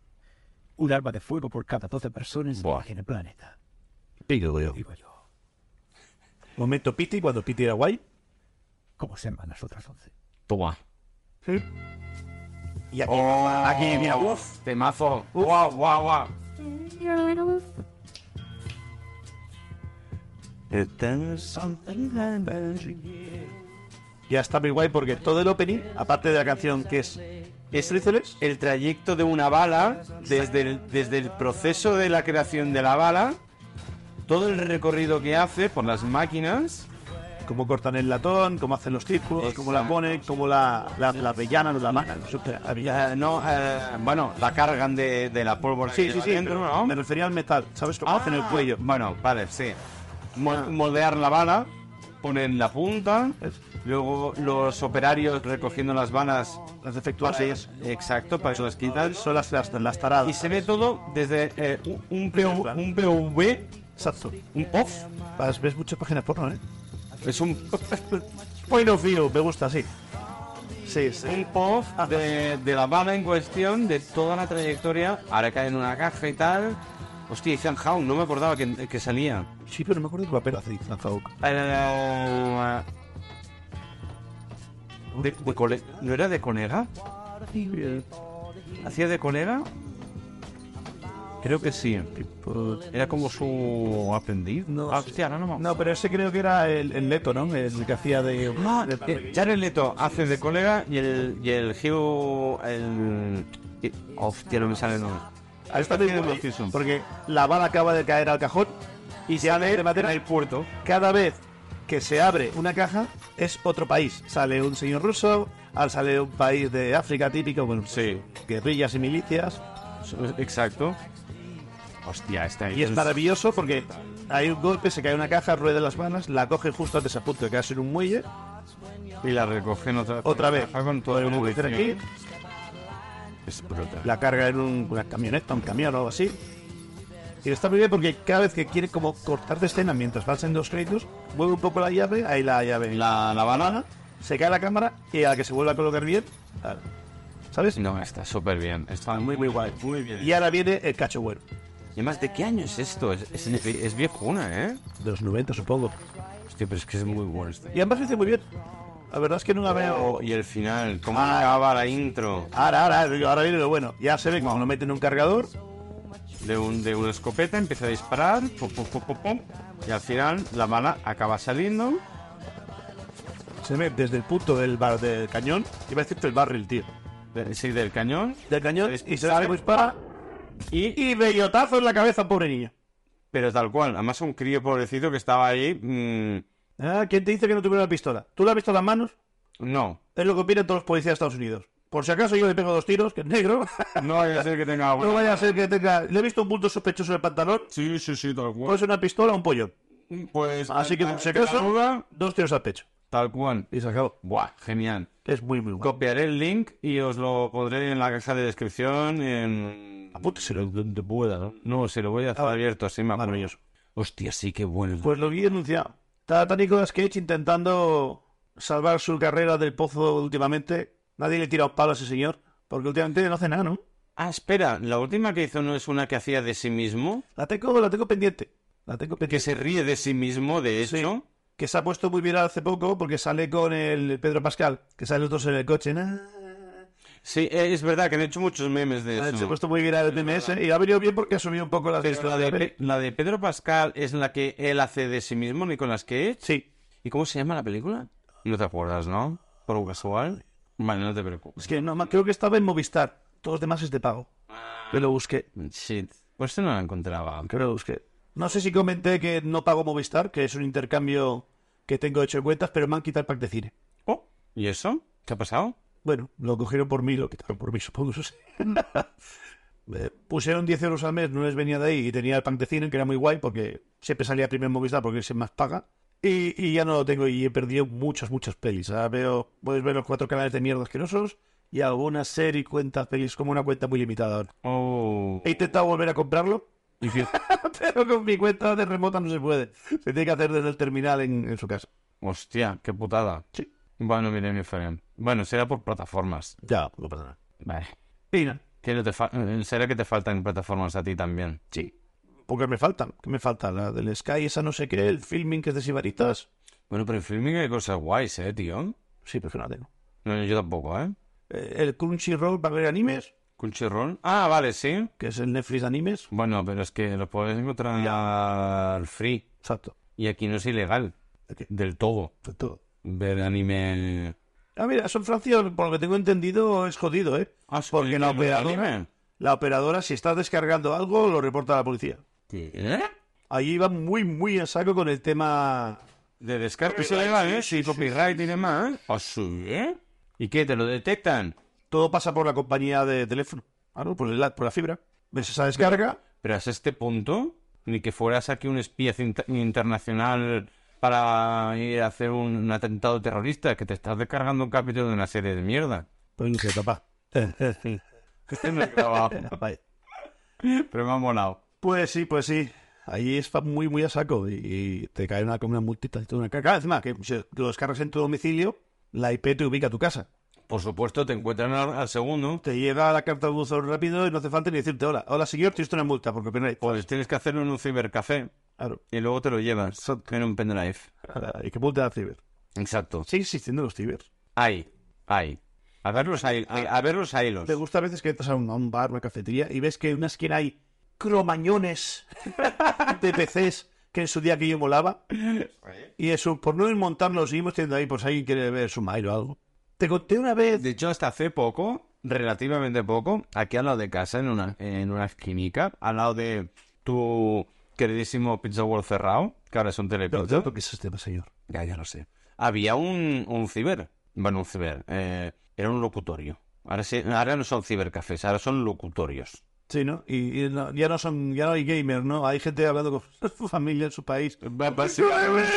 Un arma de fuego por cada 12 personas
Buah.
en el planeta,
Digo yo.
digo yo.
Momento Piti, cuando Piti era guay.
¿Cómo se llaman las otras 11?
Toma.
Y aquí,
Oh,
aquí mira, uf,
Uf, temazo. Guau, guau, guau.
Este. ya está muy guay porque todo el opening, aparte de la canción que es Estríceles,
El trayecto de una bala, desde el, desde el proceso de la creación de la bala, todo el recorrido que hace por las máquinas.
cómo cortan el latón, cómo hacen los círculos, cómo la
Exacto.
ponen, cómo la, la, la avellana, no la mata, no sé qué, avellana.
Eh, no, eh, bueno, la cargan de, de la pólvora. que
Sí, sí,
lleva
sí,
dentro,
pero
¿no?
me refería al metal, ¿sabes? Cómo hacen el
Ah,
cuello.
Bueno, vale, sí. Mo-
Ah.
Moldear la bala, ponen la punta,
Es-
luego los operarios recogiendo las balas.
Las defectuosas
Exacto, para que las quitan.
son las, las, las
Y
taradas.
se ve todo desde eh, un- un, PO un POV,
Exacto.
un off.
Vas- ves muchas páginas porno, ¿eh?
Es un,
Point of view, me gusta, sí. Sí, sí.
un POV de, de la bala en cuestión, de toda la trayectoria. Ahora cae en una caja y tal. Hostia, Ethan Hound, no me acordaba que, que salía.
Sí, pero no me acuerdo qué papel hace Ethan Hawke.
Ah, Eh, de- de cole- ¿No era de colega? ¿Hacía de colega? Creo que sí. Era como su aprendiz. No, ah, hostia, no, no. no.
No, pero ese creo que era el, el Leto, ¿no? El que hacía de...
Ah, eh, Jared Leto hace de colega y el, y el Hugh. El. y- Hostia, no me sale el nombre.
Ahí está teniendo
Porque-
Porque la bala acaba de caer al cajón y se abre de
Era
madera.
el puerto.
Cada vez que se abre una caja es otro país. Sale un señor ruso, al sale un país de África típico, bueno,
Sí.
guerrillas y milicias.
Exacto. Hostia, está
Y es maravilloso porque hay un golpe, se cae una caja, rueda las manos, la coge justo antes a punto de quedarse en un muelle.
Y la recogen otra vez. Ah,
Otra vez,
Con todo el
Podemos hacer aquí, la carga en un- una camioneta, un camión o algo así. Y está muy bien porque cada vez que quiere como cortar de escena mientras pasan dos créditos, mueve un poco la llave, ahí la llave,
La, la banana.
se cae la cámara y a la que se vuelve a colocar bien, ah, ¿sabes?
No, está súper bien. Está muy, muy guay. Muy bien.
Y ahora viene el cacho bueno.
Y además, ¿de qué año es esto? Es, es, es viejuna, ¿eh?
De los 90, supongo.
Hostia, pero es que es muy bueno este.
Y ambas lo hacen muy bien. La verdad es que nunca veo.
Oh, y el final, cómo
Ah.
acaba la intro
Ahora, ahora, digo, ahora viene lo bueno. Ya se ve cuando lo meten en un cargador.
de, un, de una escopeta, empieza a disparar, pum, pum, pum, pum, pum, y al final la bala acaba saliendo.
Se ve desde el punto del bar del cañón. Iba a decirte el barril, tío.
de- sí, del cañón.
Del cañón
Se
y se ve
dispara.
que dispara.
Y,
Y bellotazo en la cabeza, pobre niño.
pero tal cual, además un crío pobrecito que estaba ahí. mm,
Ah, ¿quién te dice que no tuviera una pistola? ¿Tú le has visto las manos?
no,
Es lo que opinan todos los policías de Estados Unidos. Por si acaso yo le pego dos tiros, que es negro.
no vaya a ser que tenga
no
agua.
vaya a ser que tenga. Le he visto un punto sospechoso en el pantalón.
Sí, sí, sí, tal
Puede
cual.
ser una pistola o un pollo.
Pues,
Así que, por si
ante la
acaso-
duda,
Dos tiros al pecho.
tal cual.
Y se acabó.
Buah, genial.
Es muy, muy bueno.
Copiaré el link y os lo pondré en la caja de descripción. En...
Apúnteselo
donde pueda, ¿no? No, se lo voy a hacer
Ah,
abierto, así me acuerdo.
maravilloso.
Hostia, sí que bueno.
Pues lo vi anunciado. Está tan Nicolas Cage intentando salvar su carrera del pozo últimamente. Nadie le tira un palo a ese señor. Porque últimamente no hace nada, ¿no?
Ah, espera, la última que hizo no es una que hacía de sí mismo,
La tengo, la tengo pendiente. La tengo
que
pendiente.
se ríe de sí mismo, de hecho.
Que se ha puesto muy viral hace poco porque sale con el Pedro Pascal. Que sale los dos en el coche. Nah.
Sí, eh, es verdad que han hecho muchos memes de
Se ha
eso.
puesto muy viral el MMS y ha venido bien porque ha subido un poco las
Pero la de, Pe- la de Pedro Pascal es la que él hace de sí mismo, Nicolas Cage.
Sí.
¿Y cómo se llama la película? No te acuerdas, ¿no? Por casual. Vale, no te preocupes.
Es que no, ma- creo que estaba en Movistar. Todos los demás es de pago.
Ah.
Yo lo busqué.
Shit. Pues este no la encontraba.
Creo que lo busqué. No sé si comenté que no pago Movistar, que es un intercambio que tengo hecho en cuentas, pero me han quitado el pack de cine.
Oh, ¿y eso? ¿Qué ha pasado?
Bueno, lo cogieron por mí, lo quitaron por mí, supongo. no sé. Eh, Pusieron 10 euros al mes, no les venía de ahí y tenía el pack de cine, que era muy guay porque siempre salía primero en Movistar porque se más paga. Y, y ya no lo tengo y he perdido muchas, muchas pelis. Ahora veo, puedes ver los cuatro canales de mierda asquerosos y alguna serie cuenta pelis como una cuenta muy limitada ahora.
Oh.
He intentado volver a comprarlo,
Y fi-
pero con mi cuenta de remota no se puede. Se tiene que hacer desde el terminal en, en su casa.
Hostia, qué putada.
Sí.
Bueno, miren, mi friend. Bueno, será por plataformas.
Ya, no pasa nada.
Vale.
Y nada,
Que no te fa- eh, ¿Será que te faltan plataformas a ti también?
sí. Porque me faltan, que me falta la del Sky, esa no sé qué, el filming que es de Sibaritas.
Bueno, pero en filming hay cosas guays, ¿eh, tío?
Sí, pero es que no la tengo.
No, yo tampoco, ¿eh?
Eh, El Crunchyroll para ver animes,
Crunchyroll. Ah, vale, sí.
que es el Netflix de animes.
Bueno, pero es que lo puedes encontrar free.
Exacto.
Y aquí no es ilegal.
Ok.
Del todo.
de todo.
Ver anime...
Ah, mira, eso en Francia, por lo que tengo entendido, es jodido, ¿eh?
Ah, sí,
Porque la
¿no ves
operadora,
anime?
la operadora, si estás descargando algo, lo reporta a la policía.
¿Qué?
Allí van muy, muy a saco con el tema
De descarga es ilegal, ¿eh? Sí, copyright y demás. ¿eh? Ah, sí, ¿eh? ¿Y qué? ¿Te lo detectan?
Todo pasa por la compañía de teléfono. Ah, no, por la, por la fibra. ¿Ves esa descarga?
Pero hasta este punto, ni que fueras aquí un espía cinta- internacional para ir a hacer un, un atentado terrorista, que te estás descargando un capítulo de una serie de mierda. este
Pues no sé, papá.
No he grabado,
Vaya.
pero me ha molado.
Pues sí, pues sí. Ahí es fa- muy, muy a saco y, y te cae una, como una multita y toda una caca. Encima, que si lo descargas en tu domicilio, la IP te ubica a tu casa.
Por supuesto, te encuentran al, al segundo.
Te llega la carta de buzón rápido y no hace falta ni decirte hola. Hola, señor, tienes una multa porque penal.
Pues tienes que hacerlo en un cibercafé
Claro.
y luego te lo llevas en un pendrive.
Ahora, ¿Y qué multa da ciber?
Exacto.
Sigue existiendo los ciber.
Ahí, ahí. A ver los, ahí- a, a ver los hilos.
Me Ah. gusta a veces que entras a un, a un bar, una cafetería, y ves que en una esquina hay cromañones de PCs que en su día que yo molaba. Y eso, por no desmontarlos, seguimos teniendo ahí, pues alguien quiere ver su mail o algo. Te conté una vez.
De hecho, hasta hace poco, relativamente poco, aquí al lado de casa, en una, en una esquinica, al lado de tu queridísimo Pizza World cerrado, que ahora es un
No,
telepizza.
no toques ese este tema, señor.
Ya, ya lo sé. Había un, un ciber. Bueno, un ciber. eh, era un locutorio. Ahora, sí, ahora no son cibercafés, ahora son locutorios.
Sí, ¿no? Y, y no- ya no son, ya no hay gamers, ¿no? Hay gente hablando con su familia en su país.
Básicamente.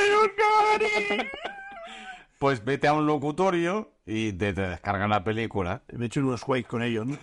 pues vete a un locutorio y te, te descargan la película.
Me he hecho unos wakes con ellos, ¿no?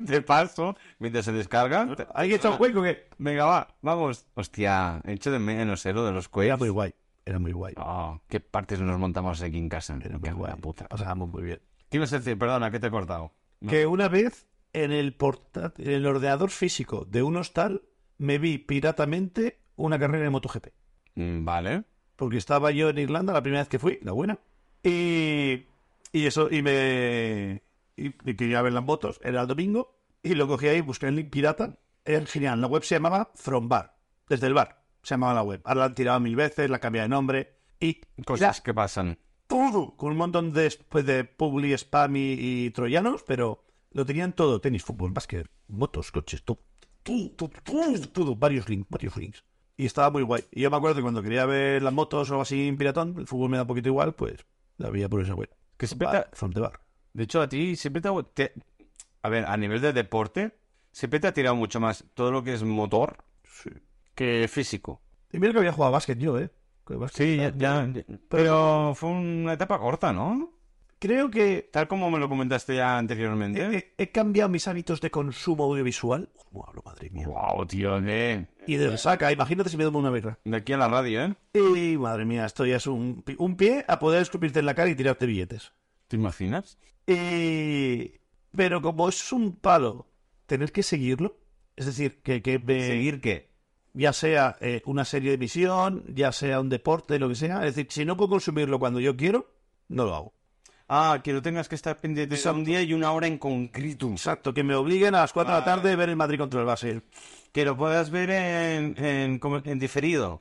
De paso, mientras se descargan. te-
¿Alguien está un wake o qué?
Venga, va, vamos. Hostia, he hecho de menos eh, lo de los
Era
cuellos.
muy guay, era muy guay.
Ah, ¿Qué partes nos montamos aquí en casa?
Era muy
Qué
guay.
buena puta.
Pasábamos muy bien.
¿Qué ibas a decir? Perdona, que te he cortado. No.
Que una vez en el, porta- en el ordenador físico de un hostal me vi piratamente una carrera de MotoGP.
Mm, Vale.
porque estaba yo en Irlanda la primera vez que fui, la buena. Y, y eso, y me. Y, y quería ver las motos. Era el domingo, y lo cogí ahí, busqué el link pirata. Era genial. La web se llamaba From Bar, desde el bar. Se llamaba la web. Ahora la han tirado mil veces, la cambiado de nombre. Y
Cosas que pasan.
todo, con un montón de, pues, de publi, spam y, y troyanos, pero lo tenían todo: tenis, fútbol, básquet, motos, coches, todo. Todo, todo, todo, todo, varios links, varios links. Y estaba muy guay. Y yo me acuerdo que cuando quería ver las motos o algo así en Piratón, el fútbol me da un poquito igual, pues la veía por esa web.
Que siempre
Bar,
te-
From the bar.
De hecho, a ti siempre te, ha- te- A ver, a nivel de deporte, siempre te ha tirado mucho más todo lo que es motor que físico.
Y mira que había jugado a básquet yo, ¿eh? Que básquet estaba-
Pero fue una etapa corta, ¿no?
Creo que
Tal como me lo comentaste ya
he,
anteriormente.
he- he cambiado mis hábitos de consumo audiovisual. ¿Cómo hablo, madre mía?
Wow, tío, eh. de,
Y de saca, imagínate si me tomo una birra.
de aquí a la radio, ¿eh?
Y madre mía, esto ya es un, pi- un pie a poder escupirte en la cara y tirarte billetes.
¿Te imaginas?
Y- Pero como es un palo, tener que seguirlo, es decir, que, que me-
¿Seguir qué?
ya sea eh, una serie de emisión, ya sea un deporte, lo que sea, es decir, si no puedo consumirlo cuando yo quiero, no lo hago.
Ah, que lo tengas que estar pendiente a un día y una hora en concreto.
Exacto, que me obliguen a las 4 de la tarde a ver el Madrid contra el Basel.
Que lo puedas ver en, en, como en diferido.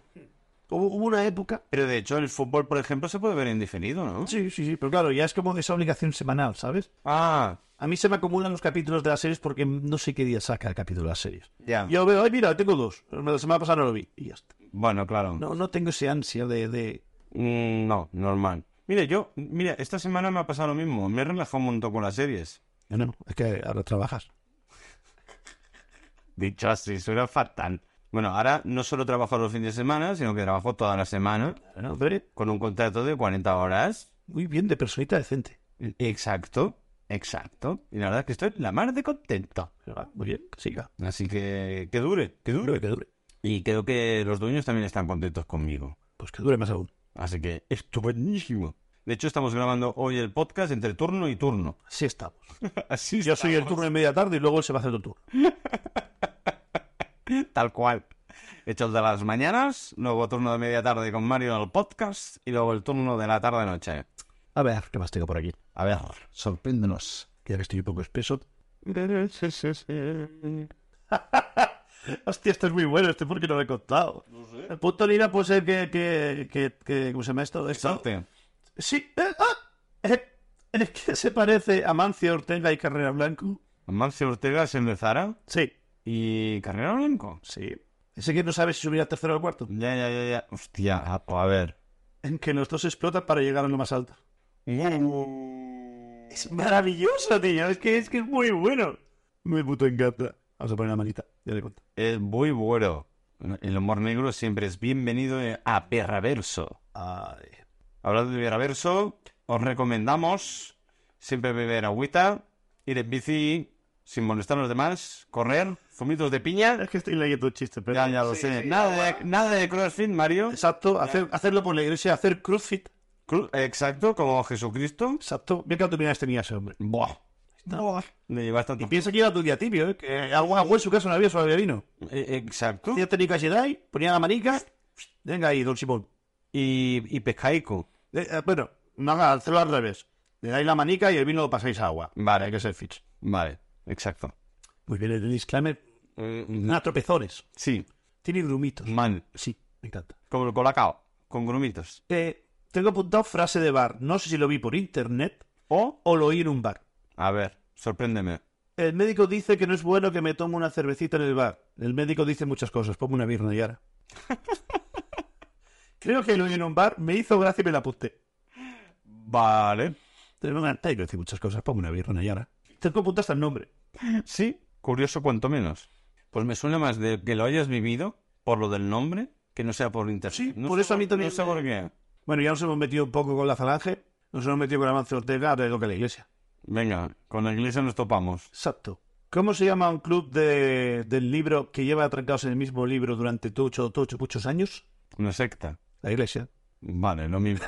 Hubo hubo una época
Pero de hecho, el fútbol, por ejemplo, se puede ver en diferido, ¿no?
Sí, sí, sí, pero claro, ya es como esa obligación semanal, ¿sabes?
Ah,
A mí se me acumulan los capítulos de las series porque no sé qué día saca el capítulo de las series.
ya.
Yo veo, ay, mira, tengo dos. La semana pasada no lo vi. Y ya está.
Bueno, claro.
No, no tengo ese ansia de. de...
Mm, No, normal. Mira, yo, mira, esta semana me ha pasado lo mismo. Me he relajado un montón con las series.
No, no, es que ahora trabajas.
Dicho así, suena fatal. Bueno, ahora no solo trabajo los fines de semana, sino que trabajo toda la semana
¿no? Hombre,
con un contrato de 40 horas.
muy bien, de personita decente.
Exacto, exacto. Y la verdad es que estoy la mar de contento.
Pero va, Muy bien, que siga.
Así que que dure, que dure.
Dure, que dure.
Y creo que los dueños también están contentos conmigo.
Pues que dure más aún.
Así que esto buenísimo. De hecho, estamos grabando hoy el podcast entre turno y turno.
Así estamos.
Así
Yo soy el turno de media tarde y luego él se va a hacer tu turno.
Tal cual. He hecho el de las mañanas, luego turno de media tarde con Mario en el podcast y luego el turno de la tarde-noche.
A ver, ¿qué más tengo por aquí?
A ver.
Sorpréndenos. Ya que estoy un poco espeso. Hostia, esto es muy bueno, este porque no lo he contado. El punto lira puede ser que, que, que, que- ¿Cómo se llama esto? Esto-
Sorte.
Sí. eh, ah, eh, es que se parece a Mancio Ortega y Carrera Blanco.
Mancio Ortega es el de Zara
Sí,
y Carrera Blanco.
sí. Ese que no sabe si subir al tercero o al cuarto.
Ya, ya, ya, ya. Hostia, a, a ver.
En que los dos explotan para llegar a lo más alto.
Uh.
Es maravilloso, tío. Es que es, que es muy bueno. Me puto encanta. Vamos a poner la manita. Ya le cuento.
Es muy bueno. El humor negro siempre es bienvenido a Perraverso.
Ay.
Hablando de Perraverso, os recomendamos siempre beber agüita, ir en bici sin molestar a los demás, correr, zumitos de piña.
Es que estoy leyendo chistes, pero...
Ya, ya lo sé. nada, de, nada de CrossFit, Mario.
Exacto. hacer- hacerlo por la iglesia, hacer crossfit.
Cru- Exacto, como Jesucristo.
Exacto. Bien que autoridades tenía ese hombre.
Buah. Le llevas
Y
tanto. pies
piensa que era tu día tibio, ¿eh? Que agua, agua en su casa no había, solo había vino.
Eh, Exacto.
Hacía técnica Jedi, ponía la manica. Venga ahí, Don Simón.
Y, y pescaico.
Eh, eh, bueno, no haga- hacedlo al revés. Le dais la manica y el vino lo pasáis a agua.
Vale.
Hay que ser fit.
Vale, exacto.
Muy bien, el disclaimer.
Mm,
Nada, tropezones.
Sí,
Tiene grumitos.
mal.
Sí, me encanta.
Como el colacao, con grumitos.
Eh, tengo apuntado frase de bar. No sé si lo vi por internet
O,
o lo oí en un bar.
a ver, sorpréndeme.
El médico dice que no es bueno que me tome una cervecita en el bar. El médico dice muchas cosas. Ponme una birra y ahora. Creo que lo oí en un bar. Me hizo gracia y me la apunté.
Vale.
Te van a- Tengo que decir muchas cosas. Ponme una birra y ahora. Tengo apuntado hasta el nombre.
Sí, curioso cuanto menos. Pues me suena más de que lo hayas vivido por lo del nombre que no sea por internet.
Sí,
No
por
sé
eso a mí también
No sé
me-
por qué.
Bueno, ya nos hemos metido un poco con la falange, nos hemos metido con Amancio Ortega, ahora es lo que la iglesia.
Venga, con la iglesia nos topamos.
Exacto. ¿Cómo se llama un club de- del libro que lleva atrancados en el mismo libro durante tocho, tocho, muchos años?
Una secta.
La iglesia.
Vale, lo mismo.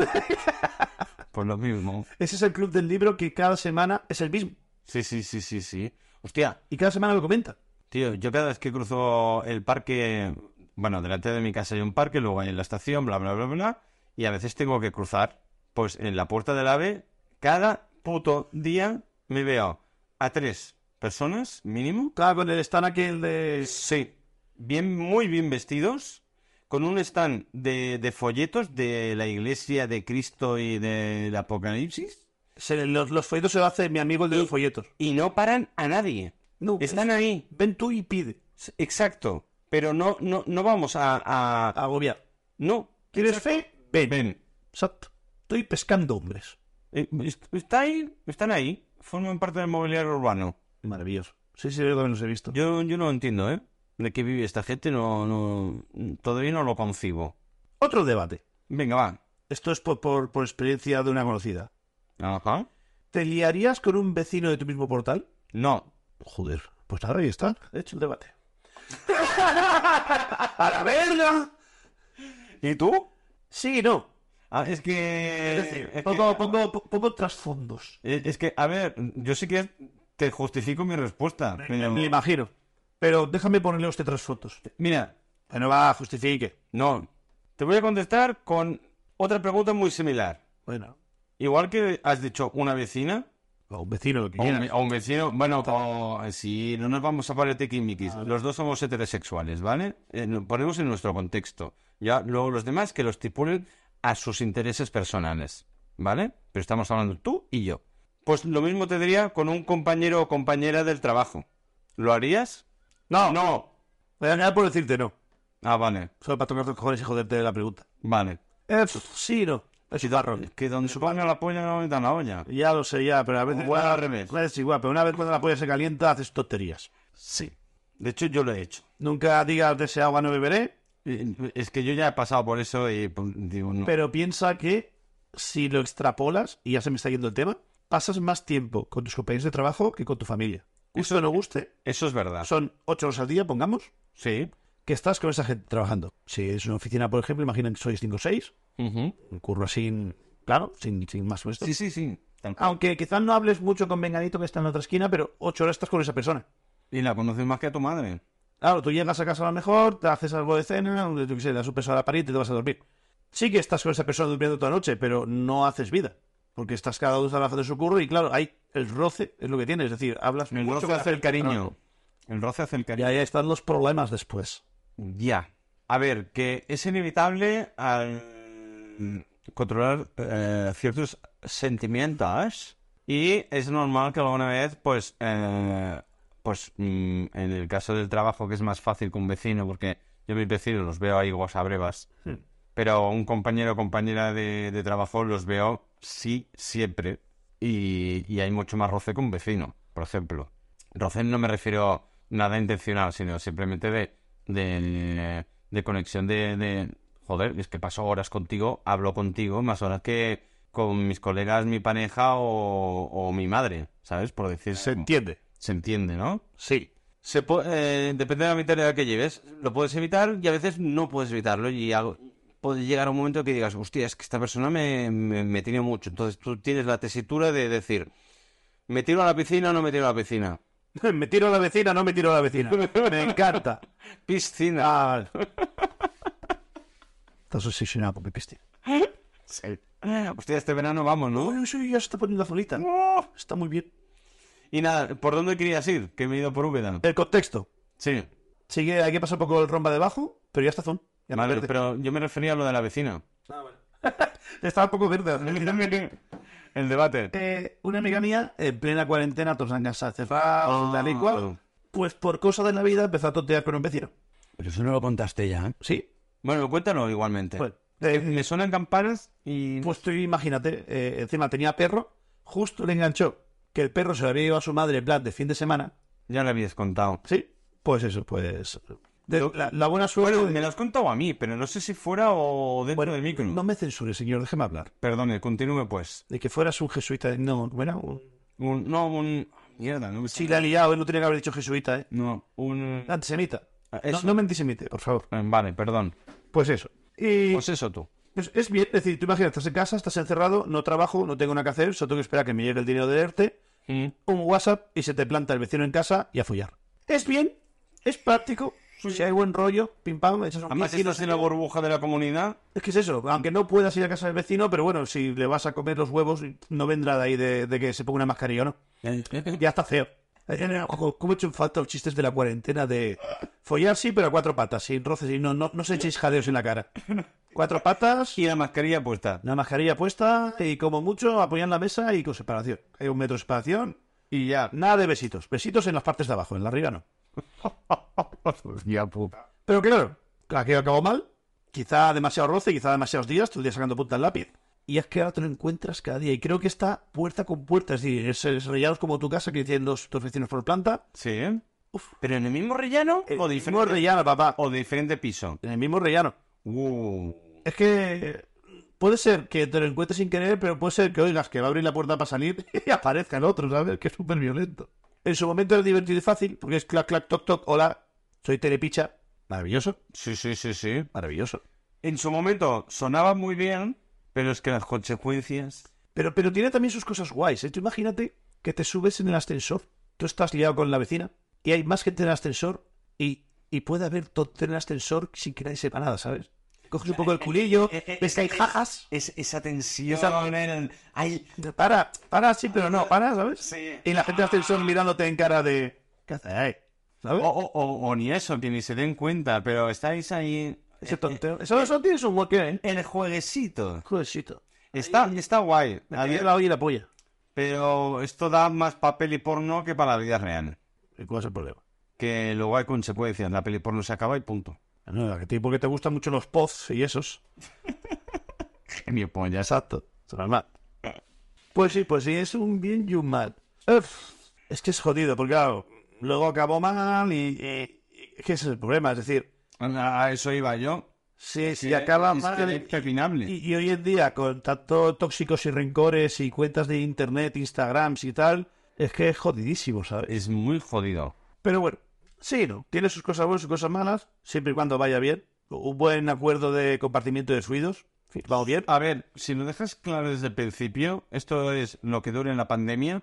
pues lo mismo.
Ese es el club del libro que cada semana es el mismo.
Sí, sí, sí, sí, sí. Hostia,
Y cada semana lo comenta.
Tío, yo cada vez que cruzo el parque, bueno, delante de mi casa hay un parque, luego hay en la estación, bla, bla, bla, bla, y a veces tengo que cruzar, pues en la puerta del AVE, cada puto día me veo a tres personas mínimo,
Claro, con el stand aquel de...
sí, bien, muy bien vestidos, con un stand de, de folletos de la Iglesia de Cristo y del Apocalipsis,
se- los, los folletos se lo hace mi amigo el de los folletos.
y no paran a nadie.
No,
Están
es-
ahí,
Ven tú y pide.
exacto, pero no, no, no vamos a- a
Agobiar.
No.
¿Quieres fe? Ven.
Ven.
Exacto. Estoy pescando hombres.
Eh, est- Está ahí, están ahí. Forman parte del mobiliario urbano.
Maravilloso. Sí, sí, yo también los he visto.
Yo, yo no lo entiendo, ¿eh? De qué vive esta gente, no, no, todavía no lo concibo.
Otro debate.
Venga, va.
Esto es por, por, por experiencia de una conocida.
Ajá.
¿Te liarías con un vecino de tu mismo portal?
No.
Joder, pues nada, ahí está. He hecho el debate. ¡A la verga!
¿Y tú?
Sí, no.
Ah, es que...
Es decir,
es,
pongo,
que
pongo, pongo trasfondos.
eh, es que, a ver, yo sí que te justifico mi respuesta. pero-
Me imagino. Pero déjame ponerle a usted trasfondos.
Mira,
Bueno, va, justifique.
no. Te voy a contestar con otra pregunta muy similar.
Bueno,
Igual que has dicho una vecina,
a un vecino lo que
A un,
quiera.
a un vecino, bueno, como- si no nos vamos a poner tiquimiquis, los dos somos heterosexuales, ¿vale? Eh, lo ponemos en nuestro contexto. Ya luego los demás que los estipulen a sus intereses personales, ¿vale? Pero estamos hablando tú y yo. Pues lo mismo te diría con un compañero o compañera del trabajo. ¿Lo harías? No, no.
Voy a ganar por decirte no.
Ah, vale,
Solo para tocar los cojones y joderte la pregunta.
vale.
Eh, pf, sí, no. Es igual.
Que donde suponga la polla no dan la olla.
Ya lo sé, ya, pero a veces.
Bueno, al revés.
Es igual, pero una vez cuando la polla se calienta, haces tonterías.
Sí. De hecho, yo lo he hecho.
Nunca digas de ese agua no beberé,
Eh, Es que yo ya he pasado por eso y pues, digo, no.
pero piensa que si lo extrapolas, y ya se me está yendo el tema, pasas más tiempo con tus compañeros de trabajo que con tu familia. Gusto o no guste,
Eso Ah. es verdad.
son ocho horas al día, pongamos,
Sí.
que estás con esa gente trabajando. Si es una oficina, por ejemplo, imaginen que sois cinco o seis,
Ujú.
un curro así, claro, sin, sin más puesto.
Sí, sí, sí. Tal cual.
Aunque quizás no hables mucho con Venganito que está en la otra esquina, pero ocho horas estás con esa persona.
Y la conoces más que a tu madre.
Claro, tú llegas a casa a lo mejor, te haces algo de cena, yo qué sé, das un beso a la pariente y te vas a dormir. Sí que estás con esa persona durmiendo toda la noche, pero no haces vida. Porque estás cada uno trabajando de su curro y claro, hay el roce, es lo que tiene. Es decir, hablas
El
mucho
roce
con la
hace el
gente,
cariño. El roce hace el
pero- Y
cariño.
ahí están los problemas después.
Ya. A ver, que es inevitable al controlar eh, ciertos sentimientos y es normal que alguna vez, pues, eh, pues mm, en el caso del trabajo que es más fácil que un vecino, porque yo mis vecinos los veo ahí guasabrevas, pero un compañero o compañera de, de trabajo los veo sí siempre y, y hay mucho más roce que un vecino, por ejemplo. Roce no me refiero a nada intencional, sino simplemente de, de, de conexión de, de- Joder, es que paso horas contigo, hablo contigo, más horas que con mis colegas, mi pareja o, o mi madre, ¿sabes? Por decir...
¿Se entiende?
Se entiende, ¿no?
Sí.
Se po- eh, depende de la mentalidad que lleves. Lo puedes evitar y a veces no puedes evitarlo. Y algo- puede llegar a un momento que digas, hostia, es que esta persona me, me, me tiene mucho. Entonces tú tienes la tesitura de decir, ¿me tiro a la piscina o no me tiro a la piscina?
me tiro a la vecina, no me tiro a la vecina. Me encanta.
Piscina.
Ah, vale. Estás obsesionado con mi piscina.
Hostia, este verano vamos, ¿no?
Uy, uy, ya se está poniendo azulita. Está muy bien.
Y nada, ¿por dónde querías ir? Que me he ido por Úbeda.
El contexto.
Sí.
Sigue, hay que pasar un poco el romba debajo, pero ya está azul. Ya no
Vale,
verde.
pero yo me refería a lo de la vecina.
Estaba un poco verde.
El debate.
Eh, una amiga mía, en plena cuarentena, todos han casado
Ah,
cerrado, tal y
oh.
cual. Pues por cosa de la vida empezó a tontear con un vecino.
Pero eso no lo contaste ya, ¿eh? Pues,
Sí.
Bueno, cuéntalo igualmente.
Bueno, eh,
Me suenan campanas y...
pues tú imagínate, eh, encima tenía perro, justo le enganchó que el perro se lo había llevado a su madre en plan de fin de semana.
Ya le habías contado.
Sí. Pues eso, pues de- la, la buena suerte.
Bueno,
de-
me lo has contado a mí, pero no sé si fuera o dentro
Bueno,
del micro.
No me censure, señor, déjeme hablar.
Perdone, continúe pues.
De que fueras un jesuita. No, bueno, un-
Un- no, un... ah, Mierda, no me
sí, la ha liado, él no tenía que haber dicho jesuita, ¿eh?
No, un...
Antisemita.
Ah,
No,
eso.
no me antisemite, por favor.
Eh, Vale, perdón.
Pues eso. Y
Pues eso tú.
es, es bien, es decir, tú imaginas, estás en casa, estás encerrado, no trabajo, no tengo nada que hacer, solo tengo que esperar a que me llegue el dinero del ERTE, un WhatsApp y se te planta el vecino en casa y a follar. Es bien, es práctico, si hay buen rollo, pim pam, echas un
Además,
piecito,
estás en la burbuja de la comunidad.
Es que es eso, aunque no puedas ir a casa del vecino, pero bueno, si le vas a comer los huevos, no vendrá de ahí de, de que se ponga una mascarilla o no. Ya está feo. Eh, ojo, ¿Cómo he hecho en falta los chistes de la cuarentena de follar sí, pero a cuatro patas, sin roces y no, no, no se echéis jadeos en la cara? Cuatro patas,
Y la mascarilla puesta.
la mascarilla puesta y como mucho apoyan la mesa y con separación. Hay un metro de separación
Y ya.
Nada de besitos. Besitos en las partes de abajo, en la arriba no.
Ya puta.
Pero claro, aquello acabó mal. Quizá demasiado roce, quizá demasiados días, todo el día sacando punta al lápiz. Y es que ahora te lo encuentras cada día. Y creo que está puerta con puerta. Es decir, es, es rellados como tu casa que tienen los, tus vecinos por planta.
Sí, ¿eh? ¿Pero en el mismo rellano?
El
o,
mismo
diferente,
rellano, papá.
o diferente piso.
En el mismo rellano.
Uh.
Es que puede ser que te lo encuentres sin querer, pero puede ser que oigas que va a abrir la puerta para salir y aparezca el otro, ¿sabes? Que es súper violento. En su momento era divertido y fácil, porque es clac, clac, toc, toc, hola, soy Telepicha. Maravilloso,
Sí, sí, sí, sí.
maravilloso.
En su momento sonaba muy bien, pero es que las consecuencias.
Pero, pero tiene también sus cosas guays, ¿eh? Tú imagínate que te subes en el ascensor, tú estás liado con la vecina, y hay más gente en el ascensor, y, y puede haber tontería en el ascensor sin que nadie sepa nada, ¿sabes? Coges un poco el culillo, ves que hay jajas...
Es, esa tensión. el- ay,
Para, para, sí, pero no, para, ¿sabes?
Sí.
Y la gente del ascensor mirándote en cara de. ¿Qué haces? ahí?",
o,
¿Sabes?
o- o- o ni eso, que ni se den cuenta, pero estáis ahí.
Ese tonteo. Eso, eso tienes un hueque, ¿eh?
El jueguecito.
Jodercito.
Está, está guay.
Me cayó la olla y la polla.
Pero esto da más papel y porno que para la vida real.
¿Y cuál es el problema?
Que luego hay consecuencias. La peli porno se acaba y punto.
No, a ti porque te gustan mucho los pods y esos.
Genio polla.
Exacto. Es normal. Pues sí, pues sí, es un bien y un mal. Uf, es que es jodido, porque claro, luego acabó mal y. y- y- es que ese es el problema, es decir,
A eso iba yo.
si, si
Que
acaba
es
mal.
que es terminable.
Y, y hoy en día, con tanto tóxicos y rencores y cuentas de internet, Instagrams y tal, es que es jodidísimo, ¿sabes?
Es muy jodido.
Pero bueno, sí, ¿no? Tiene sus cosas buenas y sus cosas malas, siempre y cuando vaya bien. Un buen acuerdo de compartimiento de fluidos, firmado bien. Ah,
A ver, si lo dejas claro desde el principio, esto es lo que dure en la pandemia.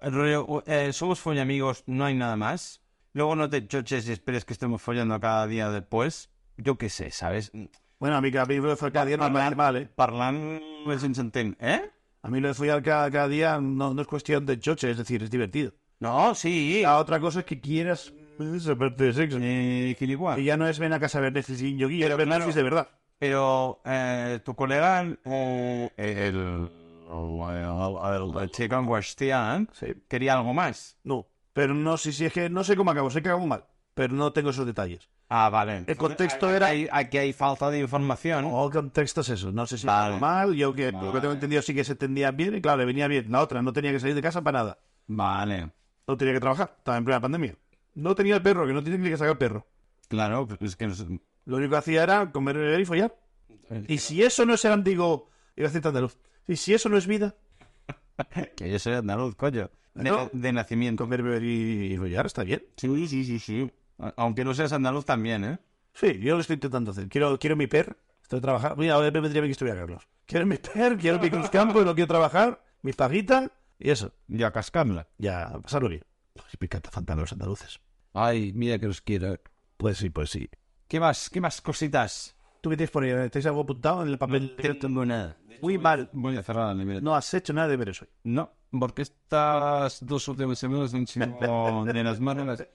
El rollo, eh, somos follamigos, no hay nada más. Luego no te choches y esperes que estemos follando cada día después. Yo qué sé, ¿sabes?
Bueno, a mí, a mí lo de follar cada día no me parece mal, ¿eh?
Parlan es insantén, ¿eh?
A mí lo de follar cada, cada día no, no es cuestión de choche, es decir, es divertido.
No, sí.
La otra cosa es que quieras esa parte de sexo.
Eh, Kiligua.
Y ya no es ven a casa a ver Netflix y yo quiero ver Netflix de verdad.
Pero eh, tu colega, eh, el, el- el chico en cuestión,
Sí.
quería algo más.
No, pero no sé si es que no sé cómo acabó, sé que acabó mal, pero no tengo esos detalles.
Ah, vale.
El contexto era-
Hay- aquí hay falta de información.
O el contexto es eso, no sé si
Vale.
acabó mal, yo que lo que tengo entendido sí que se entendía bien y claro, le venía bien. La otra no tenía que salir de casa para nada,
Vale.
no tenía que trabajar, estaba en plena pandemia. No tenía el perro, que no tenía que sacar el perro.
Claro, pues es que no sé.
Lo único que hacía era comer, beber y follar. Y si eso no es el antiguo, iba a decir tanta luz. Y si eso no es vida,
que yo soy andaluz, coño. De,
No.
de nacimiento.
comer, beber y, y follar está bien.
Sí, sí, sí, sí. A- Aunque no seas andaluz también, ¿eh?
Sí, yo lo estoy intentando hacer. Quiero, quiero mi per. Estoy trabajando. Mira, ahora me vendría bien que estuviera Carlos. Quiero mi per, quiero mi cruzcampo, no quiero trabajar, mi paguita y eso.
Y a cascarla.
Ya, a pasarlo bien. Sí, me encanta faltan los andaluces.
Ay, mira que os quiero.
Pues sí, pues sí.
¿Qué más? ¿Qué más cositas?
¿Tú qué tienes por ahí? ¿Tenéis algo apuntado en el papel?
nada.
Muy mal.
Voy a cerrar la nevera.
No has hecho nada de ver eso.
No, porque estas dos últimas semanas han sido de las más raras.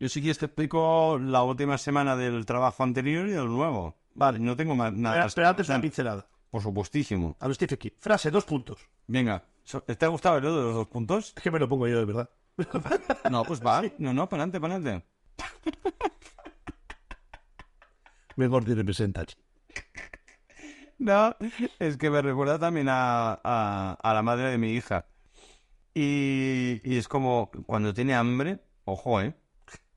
Yo sí que te explico la última semana del trabajo anterior y del nuevo. Vale, no tengo más nada.
Espera, espera, antes una
Por
pincelada.
supuestísimo.
A los Steve King. Frase, dos puntos.
Venga, so- ¿te ha gustado el de los dos puntos?
Es que me lo pongo yo de verdad.
No, pues va. No, no, para adelante, para adelante.
Mejor de representar.
No, es que me recuerda también a, a- a la madre de mi hija. Y, y es como cuando tiene hambre, ojo, eh.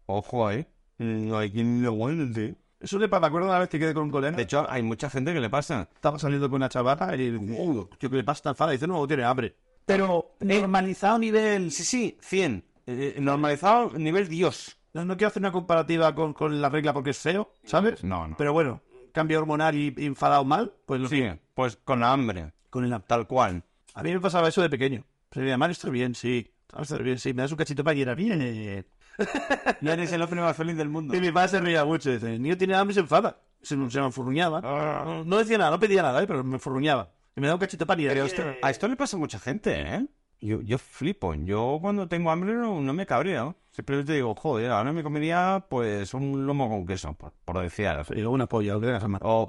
Ojo, eh. No hay quien lo aguante.
Eso le pasa, ¿me acuerdo una vez que quedé con un colega?
De hecho, hay mucha gente que le pasa.
estaba saliendo con una chavala y "Oh, tío, ¿qué le pasa tan fada? Dice, no, tiene hambre.
Uh. Pero eh, normalizado nivel... Sí, sí, 100. Eh, normalizado nivel Dios.
No, no quiero hacer una comparativa con, con la regla porque es feo, ¿sabes?
No, no.
Pero bueno, cambio hormonal y, y enfadado mal, pues lo
Sí, pues con la hambre.
con el
Tal cual.
A mí me pasaba eso de pequeño. Se me mal, estoy bien, sí. Estoy bien, sí. Me das un cachito para y era bien.
No eres el hombre más feliz del mundo.
Y mi padre se reía mucho. Dice, el niño tiene hambre y se enfada. Se, se me enfurruñaba.
Ah. Eh,
No decía nada, no pedía nada, ¿eh? pero me enfurruñaba. Y me daba un cachito para y era bien.
A esto le pasa a mucha gente, ¿eh? Yo, yo flipo. Yo cuando tengo hambre no, no me cabreo. Simplemente digo, joder, ahora me comería pues un lomo con queso, por, por decir algo.
Y luego una polla, lo que tengas a mano.
O-